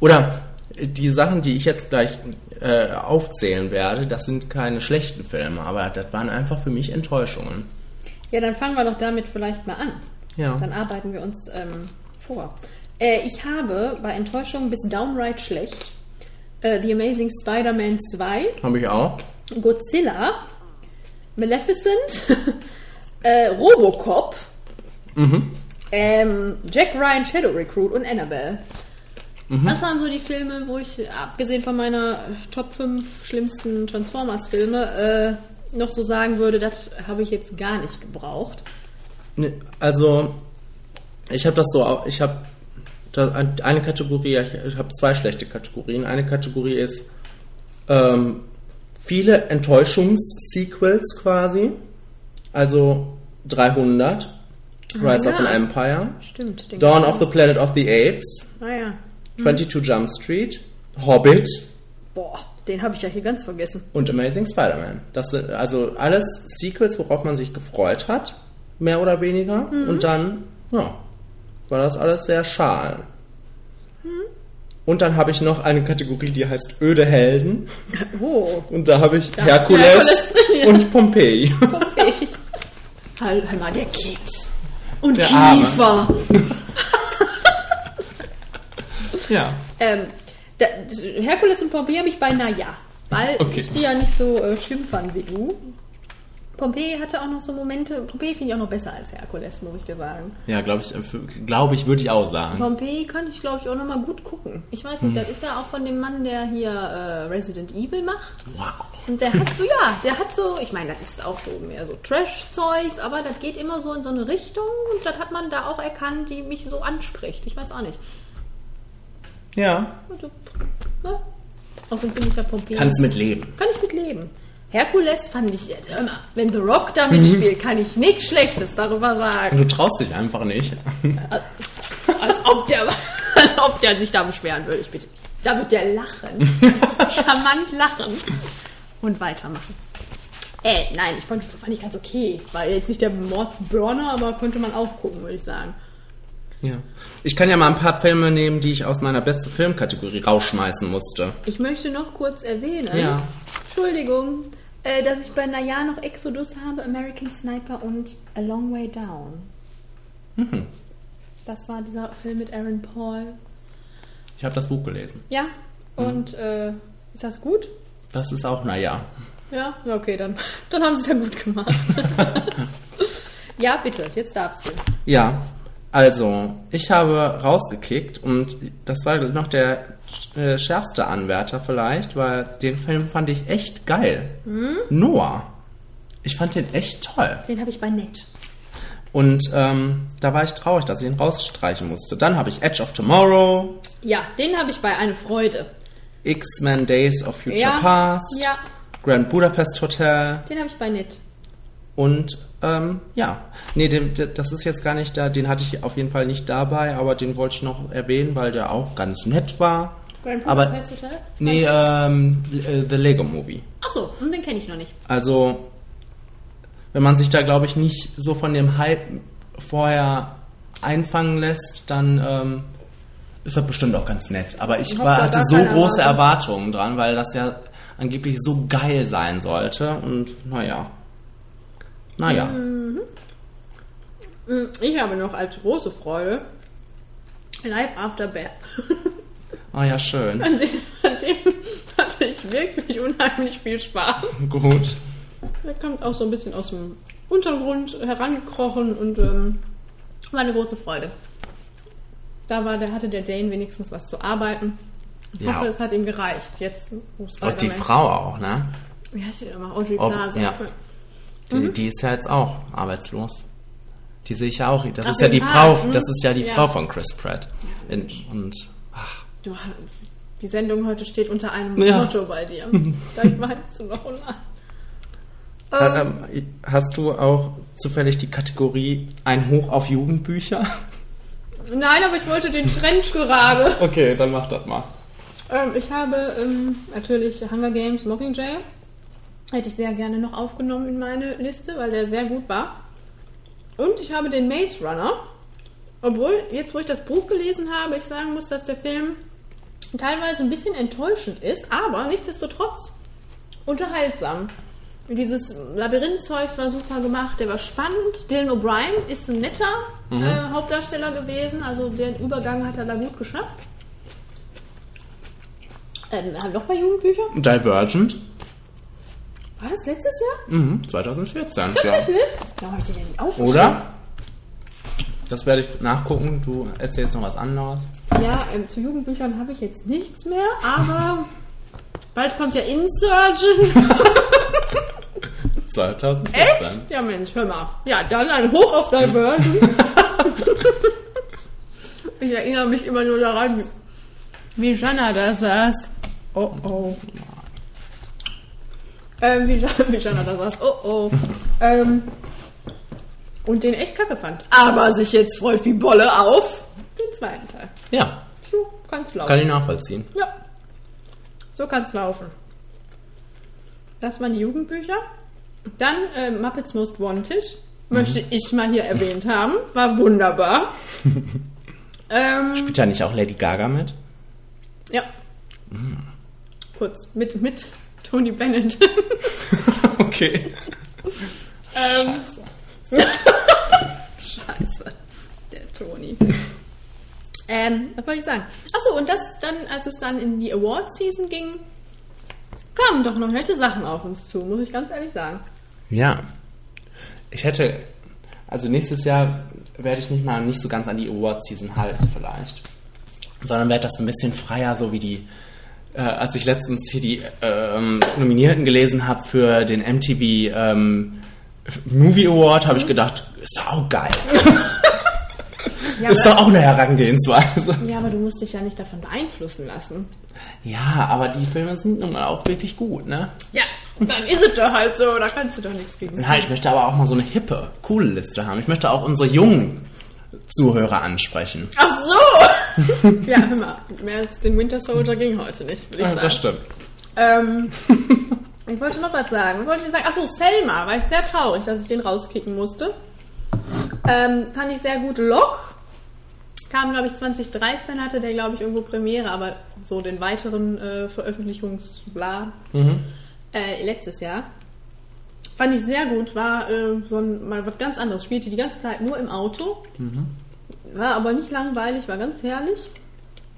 D: oder die Sachen, die ich jetzt gleich äh, aufzählen werde, das sind keine schlechten Filme, aber das waren einfach für mich Enttäuschungen.
C: Ja, dann fangen wir doch damit vielleicht mal an.
D: Ja.
C: Dann arbeiten wir uns ähm, vor. Äh, ich habe bei Enttäuschung bis downright schlecht äh, The Amazing Spider-Man 2,
D: Habe ich auch.
C: Godzilla, Maleficent, äh, Robocop, ähm, Jack Ryan Shadow Recruit und Annabelle. Das waren so die Filme, wo ich, abgesehen von meiner äh, Top 5 schlimmsten Transformers-Filme, äh, noch so sagen würde, das habe ich jetzt gar nicht gebraucht.
D: Ne, Also ich habe das so, au- ich habe eine Kategorie, ich habe zwei schlechte Kategorien. Eine Kategorie ist ähm, viele Enttäuschungs-Sequels quasi. Also 300, Rise
C: ja.
D: of an Empire,
C: Stimmt. Den
D: Dawn
C: gab's
D: of the
C: auch.
D: Planet of the Apes,
C: Ah ja.
D: 22 Jump Street, Hobbit
C: Boah, den habe ich ja hier ganz vergessen.
D: und Amazing Spider-Man. Das sind also alles Sequels, worauf man sich gefreut hat, mehr oder weniger. Und dann, ja, war das alles sehr schal. Und dann habe ich noch eine Kategorie, die heißt Öde Helden.
C: Oh,
D: Und da habe ich Herkules
C: Herkules, ja.
D: und Pompeii.
C: ich. Hör mal, der Keks. Und
D: Der Arme.
C: Kiefer.
D: Ja.
C: Ähm, da, Herkules und Pompeii habe ich bei Naja, weil
D: Okay.
C: ich die ja nicht so äh, schlimm fand wie du. Pompeii hatte auch noch so Momente, Pompeii finde ich auch noch besser als Herkules, muss ich dir sagen.
D: Ja, glaube ich, glaube ich, würde ich auch sagen.
C: Pompeii kann ich, glaube ich, auch nochmal gut gucken. Ich weiß
D: Hm.
C: nicht, das ist ja auch von dem Mann, der hier äh, Resident Evil macht.
D: Wow.
C: Und der hat so, ja, der hat so, ich meine, das ist auch so mehr so Trash-Zeugs, aber das geht immer so in so eine Richtung und das hat man da auch erkannt, die mich so anspricht. Ich weiß auch nicht.
D: Ja.
C: Also, ne? Außerdem bin ich ja Pompeii.
D: Kannst mit leben.
C: Kann ich mit leben. Herkules fand ich, also hör mal, wenn The Rock da mitspielt,
D: Mhm.
C: kann ich nichts Schlechtes darüber sagen.
D: Du traust dich einfach nicht.
C: Als ob der, als ob der sich da beschweren würde, ich bitte dich. Da wird der lachen. Charmant lachen. Und weitermachen. Äh, nein, ich fand, fand ich ganz okay. War jetzt nicht der Mordsburner, aber konnte man auch gucken, würde ich sagen.
D: Ja. Ich kann ja mal ein paar Filme nehmen, die ich aus meiner beste Filmkategorie rausschmeißen musste.
C: Ich möchte noch kurz erwähnen,
D: Ja.
C: Entschuldigung, äh, dass ich bei Naya noch Exodus habe, American Sniper und A Long Way Down. Das war dieser Film mit Aaron Paul.
D: Ich habe das Buch gelesen.
C: Ja, und äh, ist das gut?
D: Das ist auch, naja.
C: Ja, Ja, okay, dann, dann haben sie es ja gut gemacht. ja, bitte, jetzt darfst du.
D: Ja, also, ich habe rausgekickt und das war noch der äh, schärfste Anwärter vielleicht, weil den Film fand ich echt geil. Noah. Ich fand den echt toll.
C: Den habe ich bei Nett.
D: Und ähm, da war ich traurig, dass ich ihn rausstreichen musste. Dann habe ich Edge of Tomorrow,
C: Ja, den habe ich bei Eine Freude.
D: X-Men Days of Future
C: Ja,
D: Past,
C: ja.
D: Grand Budapest Hotel
C: Den habe ich bei Nett.
D: und ähm, ja. Nee, den, den, das ist jetzt gar nicht da. Den hatte ich auf jeden Fall nicht dabei, aber den wollte ich noch erwähnen, weil der auch ganz nett war.
C: Grand
D: aber,
C: Budapest Hotel?
D: Nee, ähm, äh, The Lego Movie.
C: Achso, hm, den kenne ich noch nicht.
D: Also, wenn man sich da, glaube ich, nicht so von dem Hype vorher einfangen lässt, dann ähm, ist das bestimmt auch ganz nett. Aber ich
C: hab
D: war,
C: da
D: hatte
C: gar
D: so
C: keine
D: große
C: Erwartung.
D: Erwartungen dran, weil das ja angeblich so geil sein sollte. Und naja. Naja.
C: Mhm. Hm, Ich habe noch als große Freude Live After Beth.
D: Ah ja, schön.
C: An dem, an dem hatte ich wirklich unheimlich viel Spaß.
D: Gut.
C: Der kommt auch so ein bisschen aus dem Untergrund herangekrochen und ähm, war eine große Freude. Da war, da hatte der Dane wenigstens was zu arbeiten. Ich
D: Ja.
C: hoffe, es hat ihm gereicht. Jetzt muss
D: Und die
C: weitermachen.
D: Frau auch, ne?
C: Wie heißt die immer? Audrey
D: Ob-
C: Plaza.
D: ja. Die,
C: Mhm.
D: die ist ja jetzt auch arbeitslos. Die sehe ich ja auch. Das
C: Ach,
D: ist ja die
C: ja,
D: Frau,
C: hm,
D: das ist ja die
C: ja.
D: Frau von Chris Pratt. In, und ach,
C: Du, die Sendung heute steht unter einem
D: Ja.
C: Motto bei dir. da meinst du noch online. Oh.
D: Äh, ähm, hast du auch zufällig die Kategorie ein Hoch auf Jugendbücher?
C: Nein, aber ich wollte den Trend gerade.
D: Okay, dann mach das mal.
C: Ähm, ich habe ähm, natürlich Hunger Games Mockingjay. Hätte ich sehr gerne noch aufgenommen in meine Liste, weil der sehr gut war. Und ich habe den Maze Runner. Obwohl, jetzt wo ich das Buch gelesen habe, ich sagen muss, dass der Film teilweise ein bisschen enttäuschend ist, aber nichtsdestotrotz unterhaltsam. Dieses Labyrinth-Zeugs war super gemacht, der war spannend. Dylan O'Brien ist ein netter äh, Hauptdarsteller gewesen, also den Übergang hat er da gut geschafft. Ähm, haben wir noch bei Jugendbüchern?
D: Divergent,
C: War das letztes Jahr?
D: mhm, 2014. Ja.
C: Tatsächlich? Da heute denn auf.
D: Oder? Das werde ich nachgucken. Du erzählst noch was anderes.
C: Ja, ähm, zu Jugendbüchern habe ich jetzt nichts mehr, aber bald kommt ja Insurgent.
D: 2014.
C: Echt? Ja, Mensch, hör mal. Ja, dann ein Hoch auf dein Burden. ich erinnere mich immer nur daran, wie- wie Jana da saß. Oh oh. Ähm, wie, Jana, wie Jana da saß. Oh oh. Ähm, und den echt kacke fand. Aber sich jetzt freut wie Bolle auf den zweiten Teil.
D: Ja,
C: So kann's laufen.
D: kann ich nachvollziehen.
C: Ja. So kann's laufen. Das waren die Jugendbücher. Dann äh, Muppets Most Wanted.
D: Mhm.
C: Möchte ich mal hier erwähnt haben. War wunderbar. ähm,
D: Spielt da nicht auch Lady Gaga mit?
C: ja.
D: Mhm.
C: Kurz. Mit, mit Tony Bennett.
D: Okay.
C: ähm, Scheiße. Tony. Ähm, was wollte ich sagen? Achso, und das dann, als es dann in die Award-Season ging, kamen doch noch nette Sachen auf uns zu, muss ich ganz ehrlich sagen.
D: Ja. Ich hätte. Also nächstes Jahr werde ich mich mal nicht so ganz an die Award-Season halten, vielleicht. Sondern werde das ein bisschen freier, so wie die. Äh, als ich letztens hier die ähm, Nominierten gelesen habe für den MTV ähm, Movie Award, habe ich gedacht, ist doch auch geil. ist doch auch eine Herangehensweise.
C: Ja, aber du musst dich ja nicht davon beeinflussen lassen.
D: Ja, aber die Filme sind nun mal auch wirklich gut, ne?
C: Ja, dann ist es doch halt so, da kannst du doch nichts gegen.
D: Na, ich möchte aber auch mal so eine hippe, coole Liste haben. Ich möchte auch unsere jungen Zuhörer ansprechen.
C: Ach so! ja, hör mal, mehr als den Winter Soldier ging heute nicht, würde ich sagen.
D: stimmt.
C: Ähm, ich wollte noch was sagen. Was wollte ich denn sagen? Achso, Selma. War ich sehr traurig, dass ich den rauskicken musste. Ähm, fand ich sehr gut. Locke kam, glaube ich, 2013, hatte der, glaube ich, irgendwo Premiere, aber so den weiteren äh, Veröffentlichungsbla äh, letztes Jahr. Fand ich sehr gut. War äh, so ein, mal was ganz anderes. Spielte die ganze Zeit nur im Auto. War aber nicht langweilig, war ganz herrlich.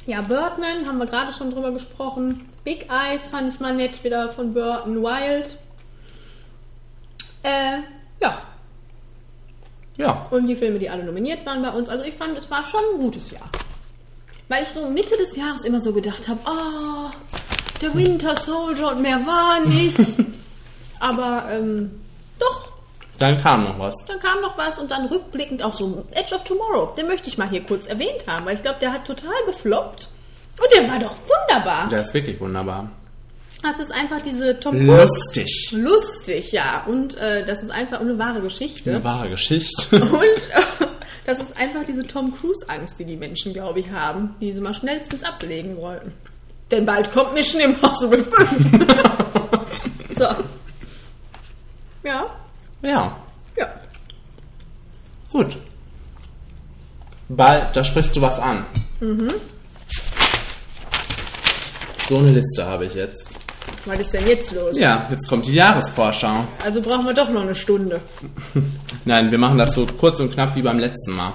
C: Ja, Birdman haben wir gerade schon drüber gesprochen. Big Eyes fand ich mal nett, wieder von Burton Wild. Äh, ja,
D: Ja.
C: und die Filme, die alle nominiert waren bei uns. Also ich fand, es war schon ein gutes Jahr. Weil ich so Mitte des Jahres immer so gedacht habe, ah, der Winter Soldier und mehr war nicht. Aber ähm, doch,
D: Dann kam noch was.
C: dann kam noch was und dann rückblickend auch so Edge of Tomorrow. Den möchte ich mal hier kurz erwähnt haben, weil ich glaube, der hat total gefloppt. Und der war doch wunderbar.
D: Der ist wirklich wunderbar.
C: Das ist einfach diese Tom Cruise.
D: Lustig.
C: Lustig, ja. Und äh, das ist einfach eine wahre Geschichte.
D: Eine wahre Geschichte.
C: Und äh, das ist einfach diese Tom Cruise-Angst, die die Menschen, glaube ich, haben, die sie mal schnellstens ablegen wollten. Denn bald kommt Mission Impossible 5. so. Ja,
D: ja.
C: ja.
D: Gut. Bald, da sprichst du was an. Mhm. So eine Liste habe ich jetzt.
C: Was ist denn jetzt los?
D: Ja, jetzt kommt die Jahresvorschau.
C: Also brauchen wir doch noch eine Stunde.
D: Nein, wir machen das so kurz und knapp wie beim letzten Mal.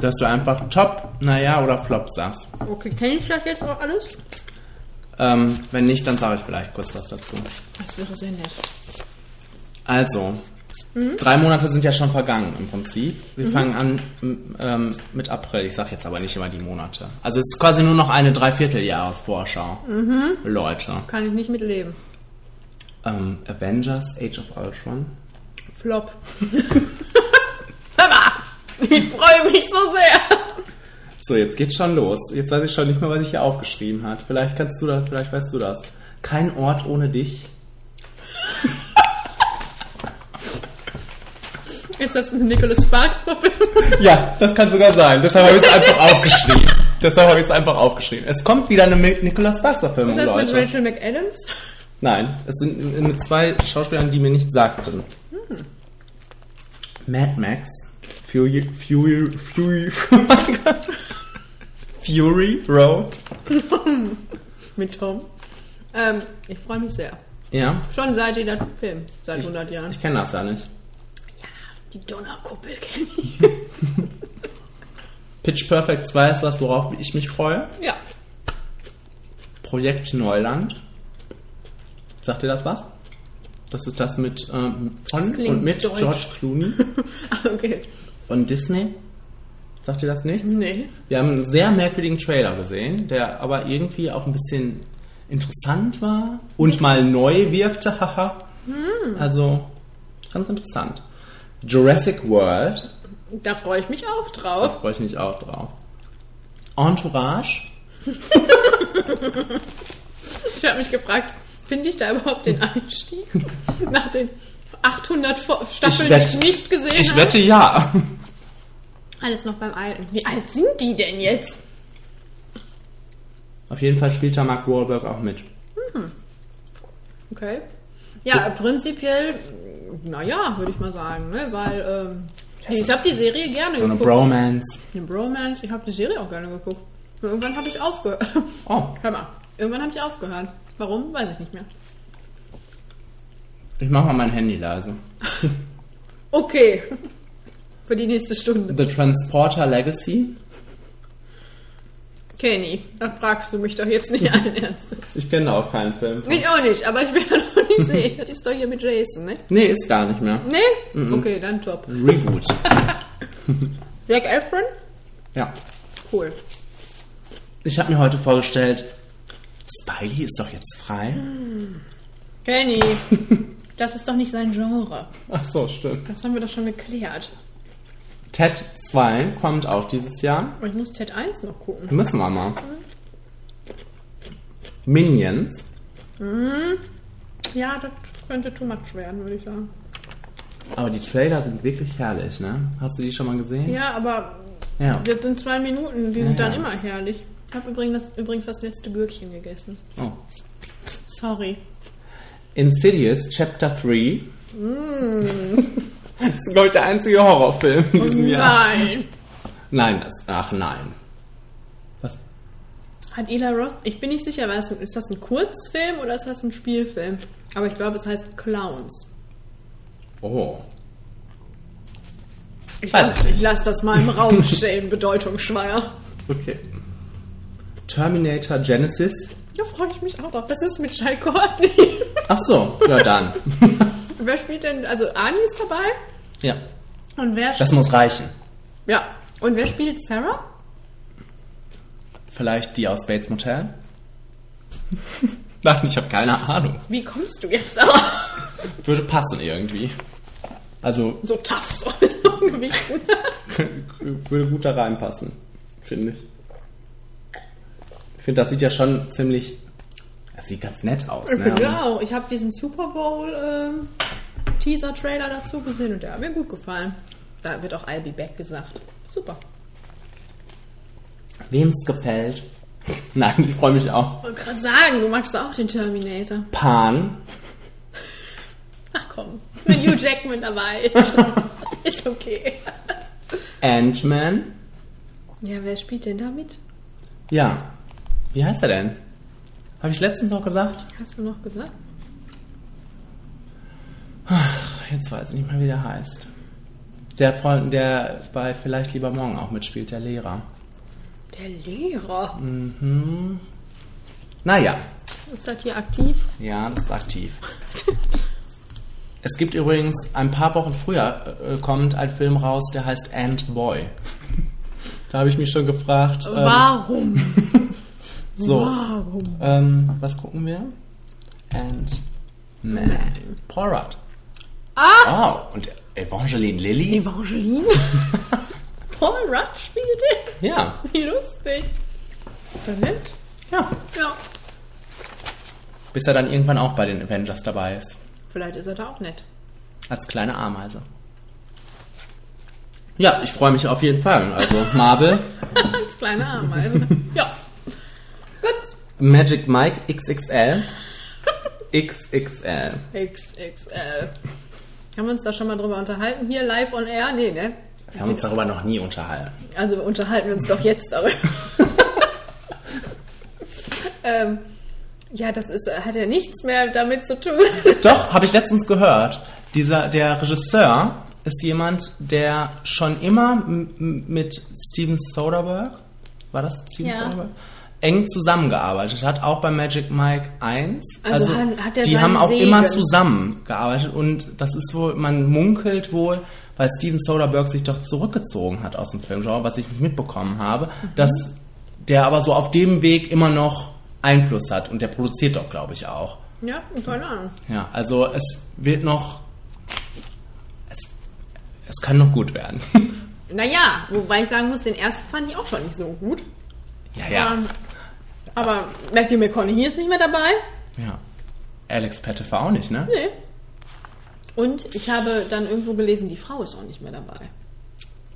D: Dass du einfach top, naja oder flop sagst.
C: Okay, kenne ich das jetzt auch alles?
D: Ähm, wenn nicht, dann sage ich vielleicht kurz was dazu.
C: Das wäre sehr nett.
D: Also, drei Monate sind ja schon vergangen im Prinzip.
C: Mhm.
D: Wir fangen an m- ähm, mit April. Ich sage jetzt aber nicht immer die Monate. Also es ist quasi nur noch eine Dreivierteljahresvorschau.
C: Mhm.
D: Leute.
C: Kann ich nicht mitleben.
D: Ähm, Avengers, Age of Ultron.
C: Flop. Hör mal, ich freue mich so sehr.
D: So, jetzt geht's schon los. Jetzt weiß ich schon nicht mehr, was ich hier aufgeschrieben hat. Vielleicht kannst du das, vielleicht weißt du das. Kein Ort ohne dich.
C: Ist das eine Nicholas Sparks-Verfilmung?
D: Ja, das kann sogar sein. Deshalb habe ich es einfach aufgeschrieben. Deshalb habe ich es einfach aufgeschrieben. Es kommt wieder eine Mi- Nicolas Sparks-Verfilmung,
C: Ist das mit
D: Leute.
C: Rachel McAdams?
D: Nein, es sind mit zwei Schauspielern, die mir nicht sagten.
C: Hm.
D: Mad Max, Fury, Fury, Fury, Fury Road.
C: Mit Tom. Ähm, ich freue mich sehr.
D: Ja,
C: Schon seit jeder Film, seit 100 Jahren.
D: ich kenne das ja nicht.
C: die Donnerkuppel kenne ich.
D: Pitch Perfect 2 ist was, worauf ich mich freue.
C: Ja.
D: Projekt Neuland. Sagt ihr das was? Das ist das mit ähm,
C: Das
D: von
C: klingt
D: und mit
C: deutsch.
D: George Clooney
C: Ah, Okay.
D: von Disney. Sagt ihr das nichts?
C: Nee.
D: Wir haben einen sehr merkwürdigen Trailer gesehen, der aber irgendwie auch ein bisschen interessant war und mal neu wirkte, haha. Also ganz interessant. Jurassic World,
C: Da freue ich mich auch
D: da
C: drauf.
D: freue ich mich auch drauf. Entourage,
C: Ich habe mich gefragt, finde ich da überhaupt den Einstieg? Nach den 800 Fo- Staffeln,
D: Ich wett-
C: die ich nicht gesehen
D: ich
C: habe.
D: wette ja.
C: Alles noch beim Alten. Wie alt sind die denn jetzt?
D: Auf jeden Fall spielt da Mark Wahlberg auch mit.
C: Okay. Ja, äh, prinzipiell, naja, würde ich mal sagen, ne? Weil, ähm, ich habe die Serie gerne
D: So eine
C: geguckt.
D: Bromance.
C: Eine Bromance, ich habe die Serie auch gerne geguckt. Nur irgendwann habe ich aufgehört.
D: Oh,
C: Hör mal, irgendwann habe ich aufgehört. Warum, weiß ich nicht mehr.
D: ich mach mal mein Handy leise.
C: Okay. Für die nächste Stunde.
D: The Transporter Legacy.
C: Kenny, da fragst du mich doch jetzt nicht allen Ernstes.
D: Ich kenne auch keinen Film. von-
C: Ich auch nicht, aber ich will ja noch nicht sehen. Das ist doch hier mit Jason, ne?
D: Nee, ist gar nicht mehr.
C: Nee?
D: Mhm.
C: Okay, dann Job.
D: Reboot.
C: Zac Efron?
D: Ja.
C: Cool.
D: Ich habe mir heute vorgestellt, Spidey ist doch jetzt frei.
C: Kenny, das ist doch nicht sein Genre.
D: Ach so, stimmt.
C: Das haben wir doch schon geklärt.
D: Ted 2 kommt auch dieses Jahr.
C: Aber ich muss Ted 1 noch gucken.
D: Müssen wir mal. Minions.
C: Ja, das könnte too much werden, würde ich sagen.
D: Aber die Trailer sind wirklich herrlich, ne? Hast du die schon mal gesehen?
C: Ja, aber
D: Ja.
C: jetzt sind zwei Minuten, die sind
D: Ja,
C: dann
D: ja.
C: immer herrlich. Ich habe übrigens, das- übrigens das letzte Gürkchen gegessen.
D: Oh.
C: Sorry.
D: Insidious Chapter 3. das ist, glaube ich, der einzige Horrorfilm in diesem Jahr.
C: Nein.
D: Nein, das, ach nein. Was?
C: Hat Ela Roth, ich bin nicht sicher, war das, ist das ein Kurzfilm oder ist das ein Spielfilm? Aber ich glaube, es heißt Clowns.
D: Oh.
C: Ich,
D: Weiß
C: lass-
D: ich nicht.
C: ich lasse das mal im Raum stehen, bedeutungsschwanger.
D: Okay. Terminator Genesis.
C: Da freue ich mich auch drauf. Was ist mit Shai Courtney?
D: Ach so, ja dann.
C: Wer spielt denn, also Ani ist dabei?
D: ja.
C: Und wer
D: Das muss reichen.
C: spielt- Ja. Und wer spielt Sarah?
D: Vielleicht die aus Bates Motel? Nein, ich habe keine Ahnung.
C: Wie kommst du jetzt aber
D: Würde passen irgendwie. Also
C: so tough, so mit so einem Gewicht?
D: würde gut da reinpassen, finde ich. Ich finde, das sieht ja schon ziemlich. Das sieht ganz nett aus, ne?
C: Ja, auch. Genau. Ich habe diesen Super Bowl ähm, Teaser-Trailer dazu gesehen und der hat mir gut gefallen. Da wird auch I'll be back gesagt. Super.
D: Wem's gefällt. Nein, ich freue mich auch.
C: Wollte gerade sagen, du magst auch den Terminator.
D: Pan.
C: Ach komm, wenn Hugh Jackman dabei ist. ist okay.
D: Ant-Man.
C: Ja, wer spielt denn da mit?
D: Ja. Wie heißt er denn? Habe ich letztens noch gesagt?
C: Hast du noch gesagt?
D: Ach, jetzt weiß ich nicht mehr, wie der heißt. Der Freund, der bei Vielleicht lieber morgen auch mitspielt, der Lehrer.
C: Der Lehrer.
D: Naja.
C: Ist das hier aktiv?
D: Ja, das ist aktiv. es gibt übrigens, ein paar Wochen früher äh, kommt ein Film raus, der heißt Ant Boy. da habe ich mich schon gefragt. ähm,
C: Warum?
D: So.
C: Warum?
D: Ähm, was gucken wir? And Man. Poirot.
C: Ah!
D: Wow, und Evangeline Lilly?
C: Evangeline? Paul Rudd spielt den?
D: Ja.
C: Wie lustig. Ist er nett?
D: Ja.
C: Ja.
D: Bis er dann irgendwann auch bei den Avengers dabei ist.
C: Vielleicht ist er da auch nett.
D: Als kleine Ameise. Ja, ich freue mich auf jeden Fall. Also Marvel,
C: Als kleine Ameise. ja. Gut.
D: Magic Mike XXL. XXL.
C: XXL. Haben wir uns da schon mal drüber unterhalten? Hier live on air? Nee, ne?
D: Wir haben uns darüber noch nie unterhalten.
C: Also unterhalten wir uns doch jetzt darüber. ähm, ja, das ist, hat ja nichts mehr damit zu tun.
D: Doch, habe ich letztens gehört. Dieser, der Regisseur ist jemand, der schon immer m- m- mit Steven Soderbergh, war das Steven
C: Ja.
D: Soderbergh? Eng zusammengearbeitet hat, auch bei Magic Mike 1.
C: Also hat- hat er
D: die
C: seinen
D: haben auch
C: Segen.
D: immer zusammengearbeitet und das ist wohl, man munkelt wohl, weil Steven Soderbergh sich doch zurückgezogen hat aus dem Filmgenre, was ich nicht mitbekommen habe,
C: Mhm.
D: dass der aber so auf dem Weg immer noch Einfluss hat und der produziert doch, glaube ich, auch.
C: Ja, keine Ahnung.
D: Ja, also es wird noch. Es, es kann noch gut werden.
C: Naja, wobei ich sagen muss, den ersten fand ich auch schon nicht so gut.
D: ja,
C: Ähm, aber Matthew McConaughey ist nicht mehr dabei.
D: ja. Alex Pettifer auch nicht, ne?
C: Nee. Und ich habe dann irgendwo gelesen, die Frau ist auch nicht mehr dabei.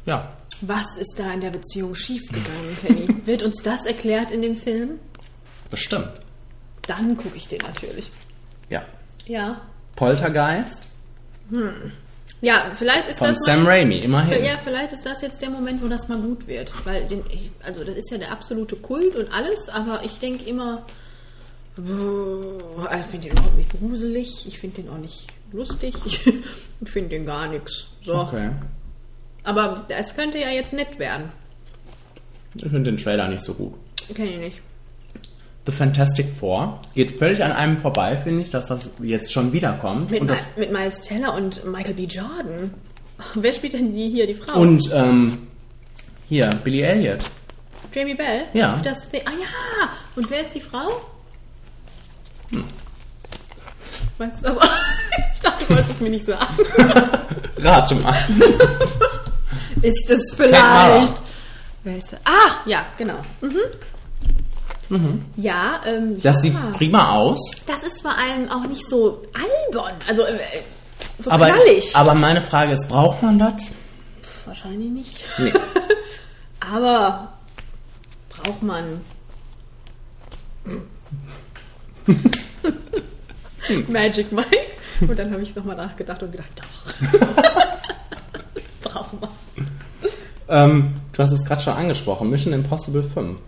D: Ja.
C: Was ist da in der Beziehung schiefgegangen, Kenny? Wird uns das erklärt in dem Film?
D: Bestimmt.
C: Dann gucke ich den natürlich.
D: Ja.
C: Ja.
D: Poltergeist
C: Ja, vielleicht ist
D: von
C: das
D: Sam
C: mal,
D: Raimi, immerhin.
C: Äh, Ja, vielleicht ist das jetzt der Moment, wo das mal gut wird. Weil, den, ich- also das ist ja der absolute Kult und alles, aber ich denke immer, boah, ich finde den überhaupt nicht gruselig, ich finde den auch nicht lustig, ich finde den gar nichts. So.
D: Okay.
C: Aber es könnte ja jetzt nett werden.
D: Ich finde den Trailer nicht so gut.
C: Kenne ich nicht.
D: The Fantastic Four geht völlig an einem vorbei, finde ich, dass das jetzt schon wiederkommt.
C: Mit,
D: und, das,
C: Mi- mit Miles Teller und Michael B. Jordan. Wer spielt denn die hier, die Frau?
D: und ähm, hier, Billy Elliot.
C: Jamie Bell?
D: Ja.
C: Spielt Das, ah ja! Und wer ist die Frau?
D: Hm.
C: Weißt du, aber ich dachte, du wolltest es mir nicht sagen.
D: Rate mal.
C: Ist es
D: Mara.
C: vielleicht. Wer ist er? Ah, ja, genau. Mhm. Ja, ähm,
D: Mhm. Das
C: ja.
D: sieht prima aus.
C: das ist vor allem auch nicht so albern, also äh, so
D: Aber,
C: knallig.
D: aber meine Frage ist, braucht man das?
C: Wahrscheinlich nicht.
D: Nee.
C: Aber braucht man.
D: Hm.
C: Magic Mike. Und dann habe ich nochmal nachgedacht und gedacht, doch. braucht man.
D: ähm, du hast es gerade schon angesprochen, Mission Impossible 5.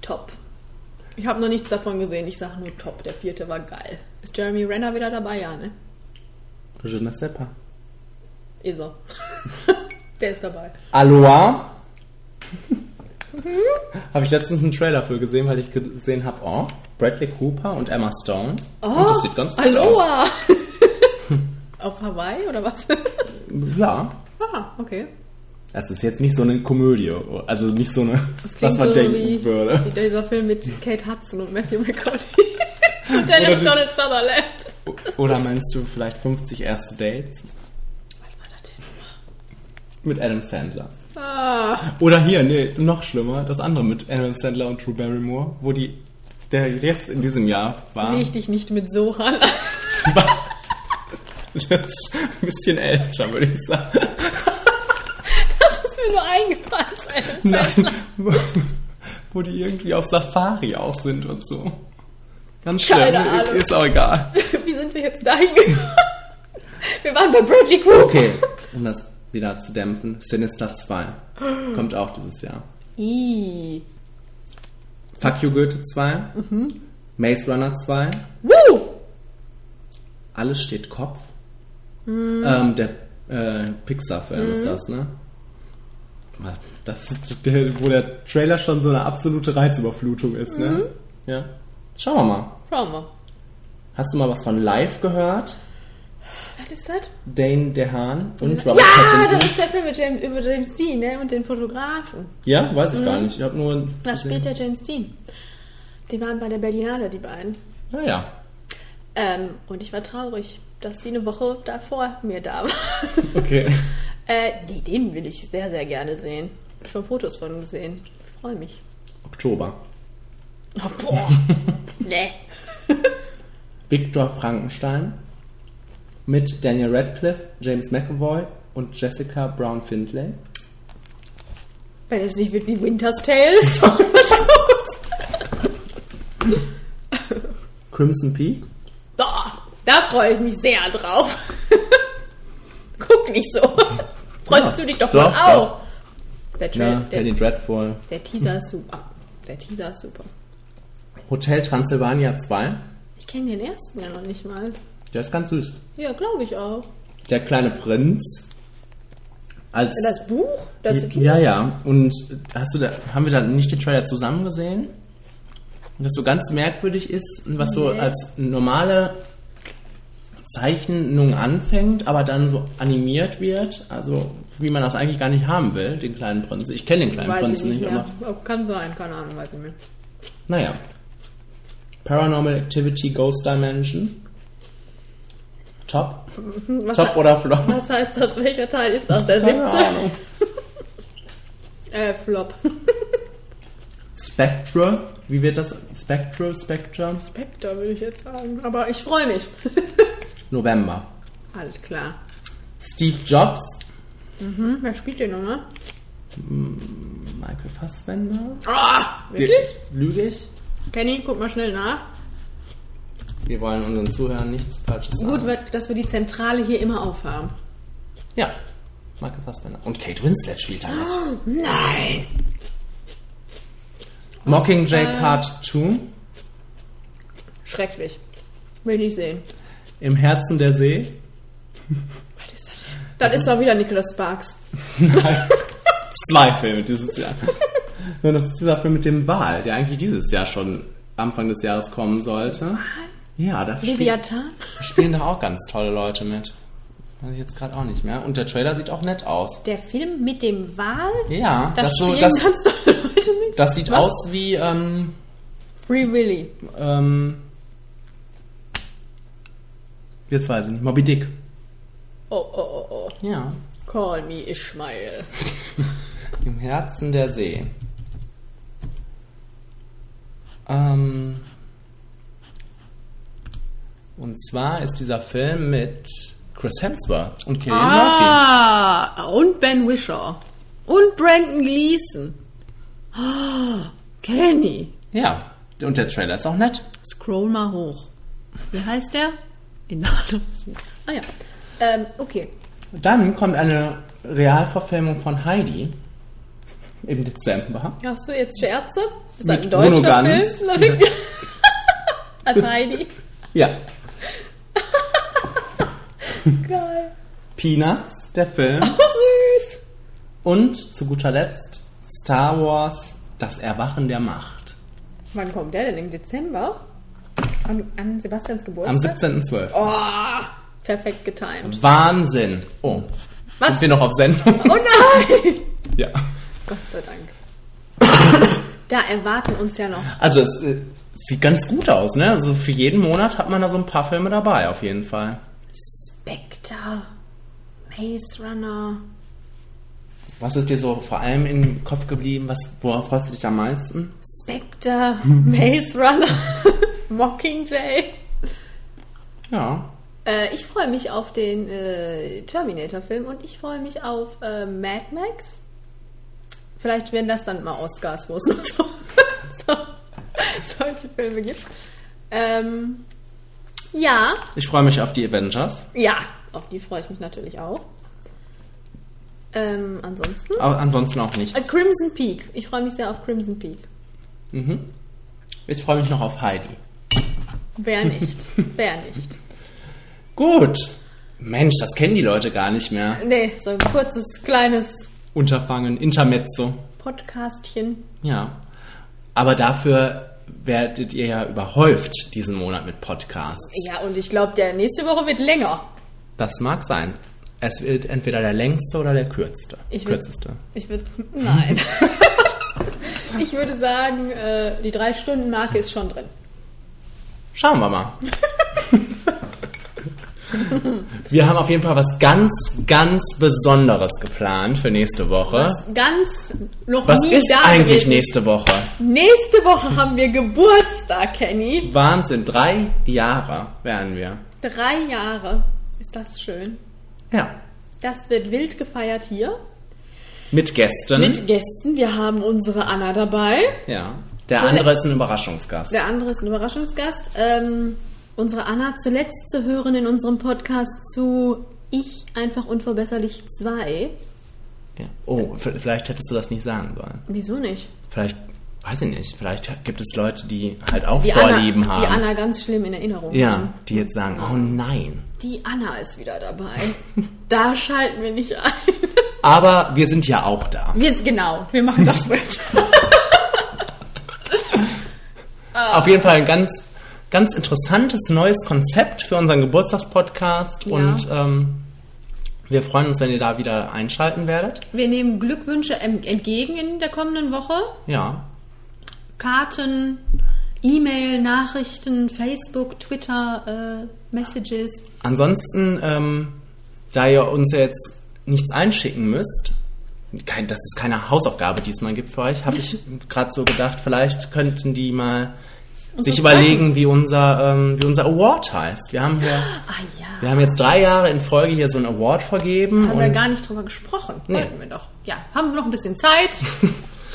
C: Top. Ich habe noch nichts davon gesehen. Ich sage nur top. Der vierte war geil. Ist Jeremy Renner wieder dabei? Ja, ne?
D: Je ne sais pas.
C: Ist er. Der ist dabei.
D: Aloha. habe ich letztens einen Trailer für gesehen, weil ich gesehen habe, oh, Bradley Cooper und Emma Stone. und das sieht ganz gut aus.
C: Oh, Aloha! Auf Hawaii oder was?
D: Ja.
C: ah, okay.
D: Es ist jetzt nicht so eine Komödie, also nicht so eine,
C: Das
D: was
C: klingt
D: man
C: so
D: denken
C: wie,
D: würde.
C: wie dieser Film mit Kate Hudson und Matthew McConaughey. und
D: Oder
C: Daniel
D: die-
C: Donald Sutherland.
D: Oder meinst du vielleicht 50 erste Dates
C: Was war das denn?
D: mit Adam Sandler?
C: Ah,
D: Oder hier, nee, noch schlimmer, das andere mit Adam Sandler und Drew Barrymore, wo die, der jetzt in diesem Jahr war,
C: leg dich nicht mit Sohan an.
D: das ist ein bisschen älter, würde ich sagen.
C: Das ist mir nur eingefallen. Adam
D: Nein,
C: Sandler.
D: wo, wo die irgendwie auf Safari auch sind und so. Ganz schlimm,
C: Keine Ahnung.
D: ist auch egal.
C: Wie sind wir jetzt dahin gekommen? Wir waren bei Bradley Cooper.
D: Okay, um das wieder zu dämpfen, Sinister 2 kommt auch dieses Jahr.
C: Ih.
D: Fuck You Goethe 2,
C: Mhm.
D: Maze Runner 2,
C: Woo!
D: Alles steht Kopf.
C: Hm.
D: Ähm, der äh, Pixar-Film ist das, ne? Mal, Das ist der, wo der Trailer schon so eine absolute Reizüberflutung ist,
C: Hm.
D: ne? Ja. Schauen wir mal.
C: Schauen wir.
D: Hast du mal was von Live gehört?
C: Was ist das?
D: Dane DeHaan und Robert
C: Ja, das
D: Pattinson.
C: ist der Film mit James, über James Dean ne? und den Fotografen.
D: Ja, weiß
C: Hm.
D: ich gar nicht. Ich habe nur.
C: Da spielt
D: gesehen-
C: der James Dean. Die waren bei der Berlinale, die beiden.
D: Naja.
C: Ähm, und ich war traurig, dass sie eine Woche davor mir da war.
D: Okay.
C: äh, die, den will ich sehr, sehr gerne sehen. Schon Fotos von gesehen. Ich freue mich.
D: Oktober.
C: Oh, boah. nee.
D: Viktor Frankenstein mit Daniel Radcliffe, James McAvoy und Jessica Brown Findlay.
C: Wenn es nicht wird wie Winter's Tale ist, dann ist gut.
D: Crimson Peak.
C: Da, da freue ich mich sehr drauf. Guck nicht so. Freust du dich doch,
D: Doch,
C: mal auch. Der, Tra
D: Ja,
C: der,
D: Penny Dreadful.
C: der Teaser ist super. Der Teaser ist super.
D: Hotel Transylvania 2.
C: Ich kenne den ersten ja noch nicht mal.
D: Der ist ganz süß.
C: Ja, glaube ich auch.
D: Der kleine Prinz. Als
C: Das Buch? Das Kind?
D: ja, ja. Und hast du da, haben wir da nicht den Trailer zusammen gesehen? Was so ganz merkwürdig ist und was so
C: Nee.
D: als normale Zeichnung anfängt, aber dann so animiert wird. Also wie man das eigentlich gar nicht haben will, den kleinen Prinzen. Ich kenne den kleinen
C: Weiß ich
D: Prinzen
C: nicht
D: nicht,
C: mehr.
D: aber
C: Oh, kann sein, keine Ahnung, weiß ich mehr.
D: naja. Paranormal Activity Ghost Dimension. Top.
C: Was,
D: Top oder Flop?
C: was heißt das? Welcher Teil ist das? Der
D: Keine Ahnung.
C: siebte? Äh, Flop.
D: Spectre. Wie wird das? Spectre, Spectre.
C: Spectre würde ich jetzt sagen, aber ich freue mich.
D: November.
C: Alles klar.
D: Steve Jobs.
C: Hm, wer spielt den nochmal?
D: Michael Fassbender.
C: Ah, wirklich?
D: Lüge ich?
C: Penny, guck mal schnell nach.
D: Wir wollen unseren Zuhörern nichts Falsches sagen.
C: Gut, wird- dass wir die Zentrale hier immer aufhaben.
D: Ja. Michael Fassbender. Und Kate Winslet spielt da mit.
C: Nein!
D: Mockingjay
C: war-
D: Part 2.
C: Schrecklich. Will ich sehen.
D: Im Herzen der See.
C: Was ist das denn? Dann ist doch wieder Nicholas Sparks.
D: Zwei Filme dieses Jahr. Nur das ist dieser Film mit dem Wal, der eigentlich dieses Jahr schon Anfang des Jahres kommen sollte. Ja, da spiel,
C: Leviathan?
D: spielen da auch ganz tolle Leute mit. Weiß ich jetzt gerade auch nicht mehr. Und der Trailer sieht auch nett aus.
E: Der Film mit dem Wal?
D: Ja,
E: Da
D: das, so,
E: spielen
D: das,
E: ganz tolle Leute mit.
D: das sieht
E: Was?
D: aus wie ähm,
C: Free Willy.
D: Ähm, jetzt weiß ich nicht. Moby Dick.
C: Oh, oh, oh, oh.
D: Ja.
C: Call me Ishmael.
D: Im Herzen der See. Ähm, und zwar ist dieser Film mit Chris Hemsworth und Killian Murphy.
C: Ah, und Ben Wishaw. Und Brandon Gleason. Ah, Kenny.
D: Ja. Und der Trailer ist auch nett.
C: Scroll mal hoch. Wie heißt der? In der Hand. Ah ja. Ähm, okay.
D: Dann kommt eine Realverfilmung von Heidi im Dezember.
E: Hast du jetzt Scherze? Das ist
D: Mit
E: ein deutscher
D: Bruno Ganz.
E: Film. Da winkt- Als Heidi.
D: Ja. Geil. Peanuts, der Film.
E: Oh, süß.
D: Und zu guter Letzt Star Wars, das Erwachen der Macht.
E: Wann kommt der denn? Im Dezember? An, an Sebastians
D: Am
E: Geburtstag?
D: 17.12.
C: Oh, Perfekt getimed.
D: Wahnsinn. Oh.
C: Was?
D: Sind wir noch auf Sendung?
C: Oh nein!
D: ja.
C: Gott sei Dank. Da erwarten uns ja noch.
D: Also es äh, sieht ganz gut aus, ne? Also für jeden Monat hat man da so ein paar Filme dabei, auf jeden Fall.
C: Spectre. Maze Runner.
D: Was ist dir so vor allem im Kopf geblieben? Was, worauf freust du dich am meisten?
C: Spectre. Maze Runner. Mockingjay.
D: Ja.
C: Äh, ich freue mich auf den äh, Terminator-Film und ich freue mich auf äh, Mad Max. Vielleicht werden das dann mal Oscars, wo es noch so, so, solche Filme gibt. Ähm, ja,
D: Ich freue mich auf die Avengers.
C: ja, auf die freue ich mich natürlich auch. Ähm, ansonsten.
D: Aber ansonsten auch nicht.
C: Äh, Crimson Peak. Ich freue mich sehr auf Crimson Peak.
D: Mhm. Ich freue mich noch auf Heidi.
C: Wer nicht? Wer nicht?
D: Gut. Mensch, das kennen die Leute gar nicht mehr.
C: Nee, so ein kurzes, kleines
D: Unterfangen, Intermezzo.
C: Podcastchen.
D: Ja. Aber dafür werdet ihr ja überhäuft diesen Monat mit Podcasts.
C: Ja, und ich glaube, der nächste Woche wird länger.
D: Das mag sein. Es wird entweder der längste oder der kürzeste.
C: Ich will-
D: kürzeste.
C: Ich würde. Nein. ich würde sagen, äh, die Drei-Stunden-Marke ist schon drin.
D: Schauen wir mal. wir haben auf jeden Fall was ganz, ganz Besonderes geplant für nächste Woche.
C: Ganz noch
D: Was
C: nie
D: ist
C: da
D: eigentlich
C: gewesen.
D: nächste Woche?
C: Nächste Woche haben wir Geburtstag, Kenny.
D: Wahnsinn, drei Jahre werden wir.
C: Drei Jahre. Ist das schön?
D: Ja.
C: Das wird wild gefeiert hier.
D: Mit Gästen.
C: Mit Gästen. Wir haben unsere Anna dabei.
D: ja. Der
C: Zu-
D: andere ist ein Überraschungsgast.
C: Der andere ist ein Überraschungsgast. Ähm, unsere Anna zuletzt zu hören in unserem Podcast zu Ich einfach unverbesserlich 2.
D: Ja. Oh, v- vielleicht hättest du das nicht sagen sollen.
C: Wieso nicht?
D: Vielleicht, weiß ich nicht, vielleicht gibt es Leute, die halt auch
C: Die
D: Vorlieben
C: Anna,
D: haben.
C: die Anna ganz schlimm in Erinnerung.
D: ja, die jetzt sagen, oh nein.
C: Die Anna ist wieder dabei. da schalten wir nicht ein.
D: Aber wir sind ja auch da.
C: Wir, genau, wir machen das mit.
D: Auf jeden Fall ein ganz, ganz interessantes neues Konzept für unseren Geburtstagspodcast.
C: Ja.
D: Und ähm, wir freuen uns, wenn ihr da wieder einschalten werdet.
E: Wir nehmen Glückwünsche em- entgegen in der kommenden Woche.
D: Ja.
E: Karten, E-Mail, Nachrichten, Facebook, Twitter, äh, Messages.
D: Ansonsten, ähm, da ihr uns ja jetzt nichts einschicken müsst, kein, dass es keine Hausaufgabe diesmal gibt für euch, habe ich gerade so gedacht, vielleicht könnten die mal sich überlegen, wie unser, ähm, wie unser Award heißt. Wir haben, hier,
C: ah ja.
D: wir haben jetzt drei Jahre in Folge hier so einen Award vergeben.
C: Haben wir
D: Und,
C: gar nicht drüber gesprochen.
D: Nee.
C: Wollten wir doch. Ja, haben wir noch ein bisschen Zeit.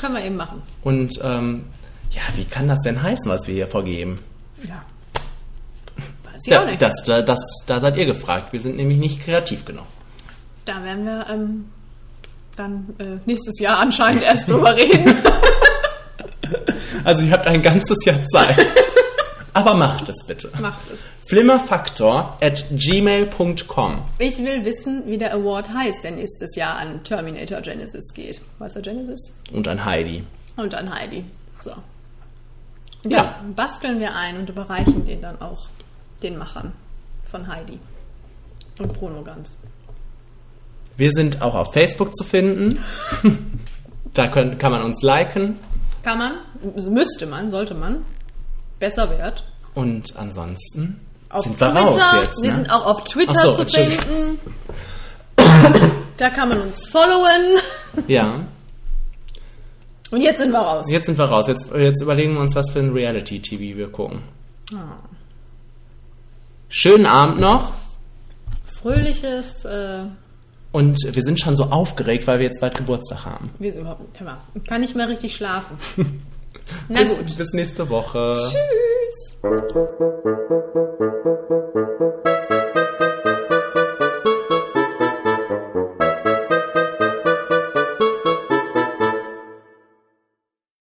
C: Können wir eben machen.
D: und ähm, ja, wie kann das denn heißen, was wir hier vergeben?
C: Ja. Weiß ich auch
D: Ja,
C: nicht.
D: das, das, das, da seid ihr gefragt. Wir sind nämlich nicht kreativ genug.
C: Da werden wir ähm, dann äh, nächstes Jahr anscheinend erst drüber reden.
D: Also ihr habt ein ganzes Jahr Zeit. Aber macht es bitte.
C: Macht es.
D: Flimmerfaktor at gmail.com.
C: Ich will wissen, wie der Award heißt, der nächstes Jahr an Terminator Genesis geht. Weißt du, Genesis?
D: Und an Heidi.
C: Und an Heidi. So. Den
D: Ja.
C: Basteln wir ein und überreichen den dann auch den Machern von Heidi und Bruno Ganz.
D: Wir sind auch auf Facebook zu finden. da können, kann man uns liken.
C: Kann man, müsste man, sollte man. Besser wert.
D: Und ansonsten
C: Auf
D: sind wir raus
C: Twitter.
D: jetzt.
C: wir
D: ne?
C: sind auch auf Twitter
D: Ach so,
C: zu
D: Entschuldigung.
C: finden. Da kann man uns followen.
D: ja.
C: Und jetzt sind wir raus.
D: Jetzt sind wir raus. Jetzt, jetzt überlegen wir uns, was für ein Reality-TV wir gucken. Schönen Abend noch.
C: Fröhliches, äh,
D: Und wir sind schon so aufgeregt, weil wir jetzt bald Geburtstag haben.
C: wie ist überhaupt ein Thema? Kann nicht mehr richtig schlafen. Na gut.
D: Bis nächste Woche.
C: Tschüss.
F: Tschüss.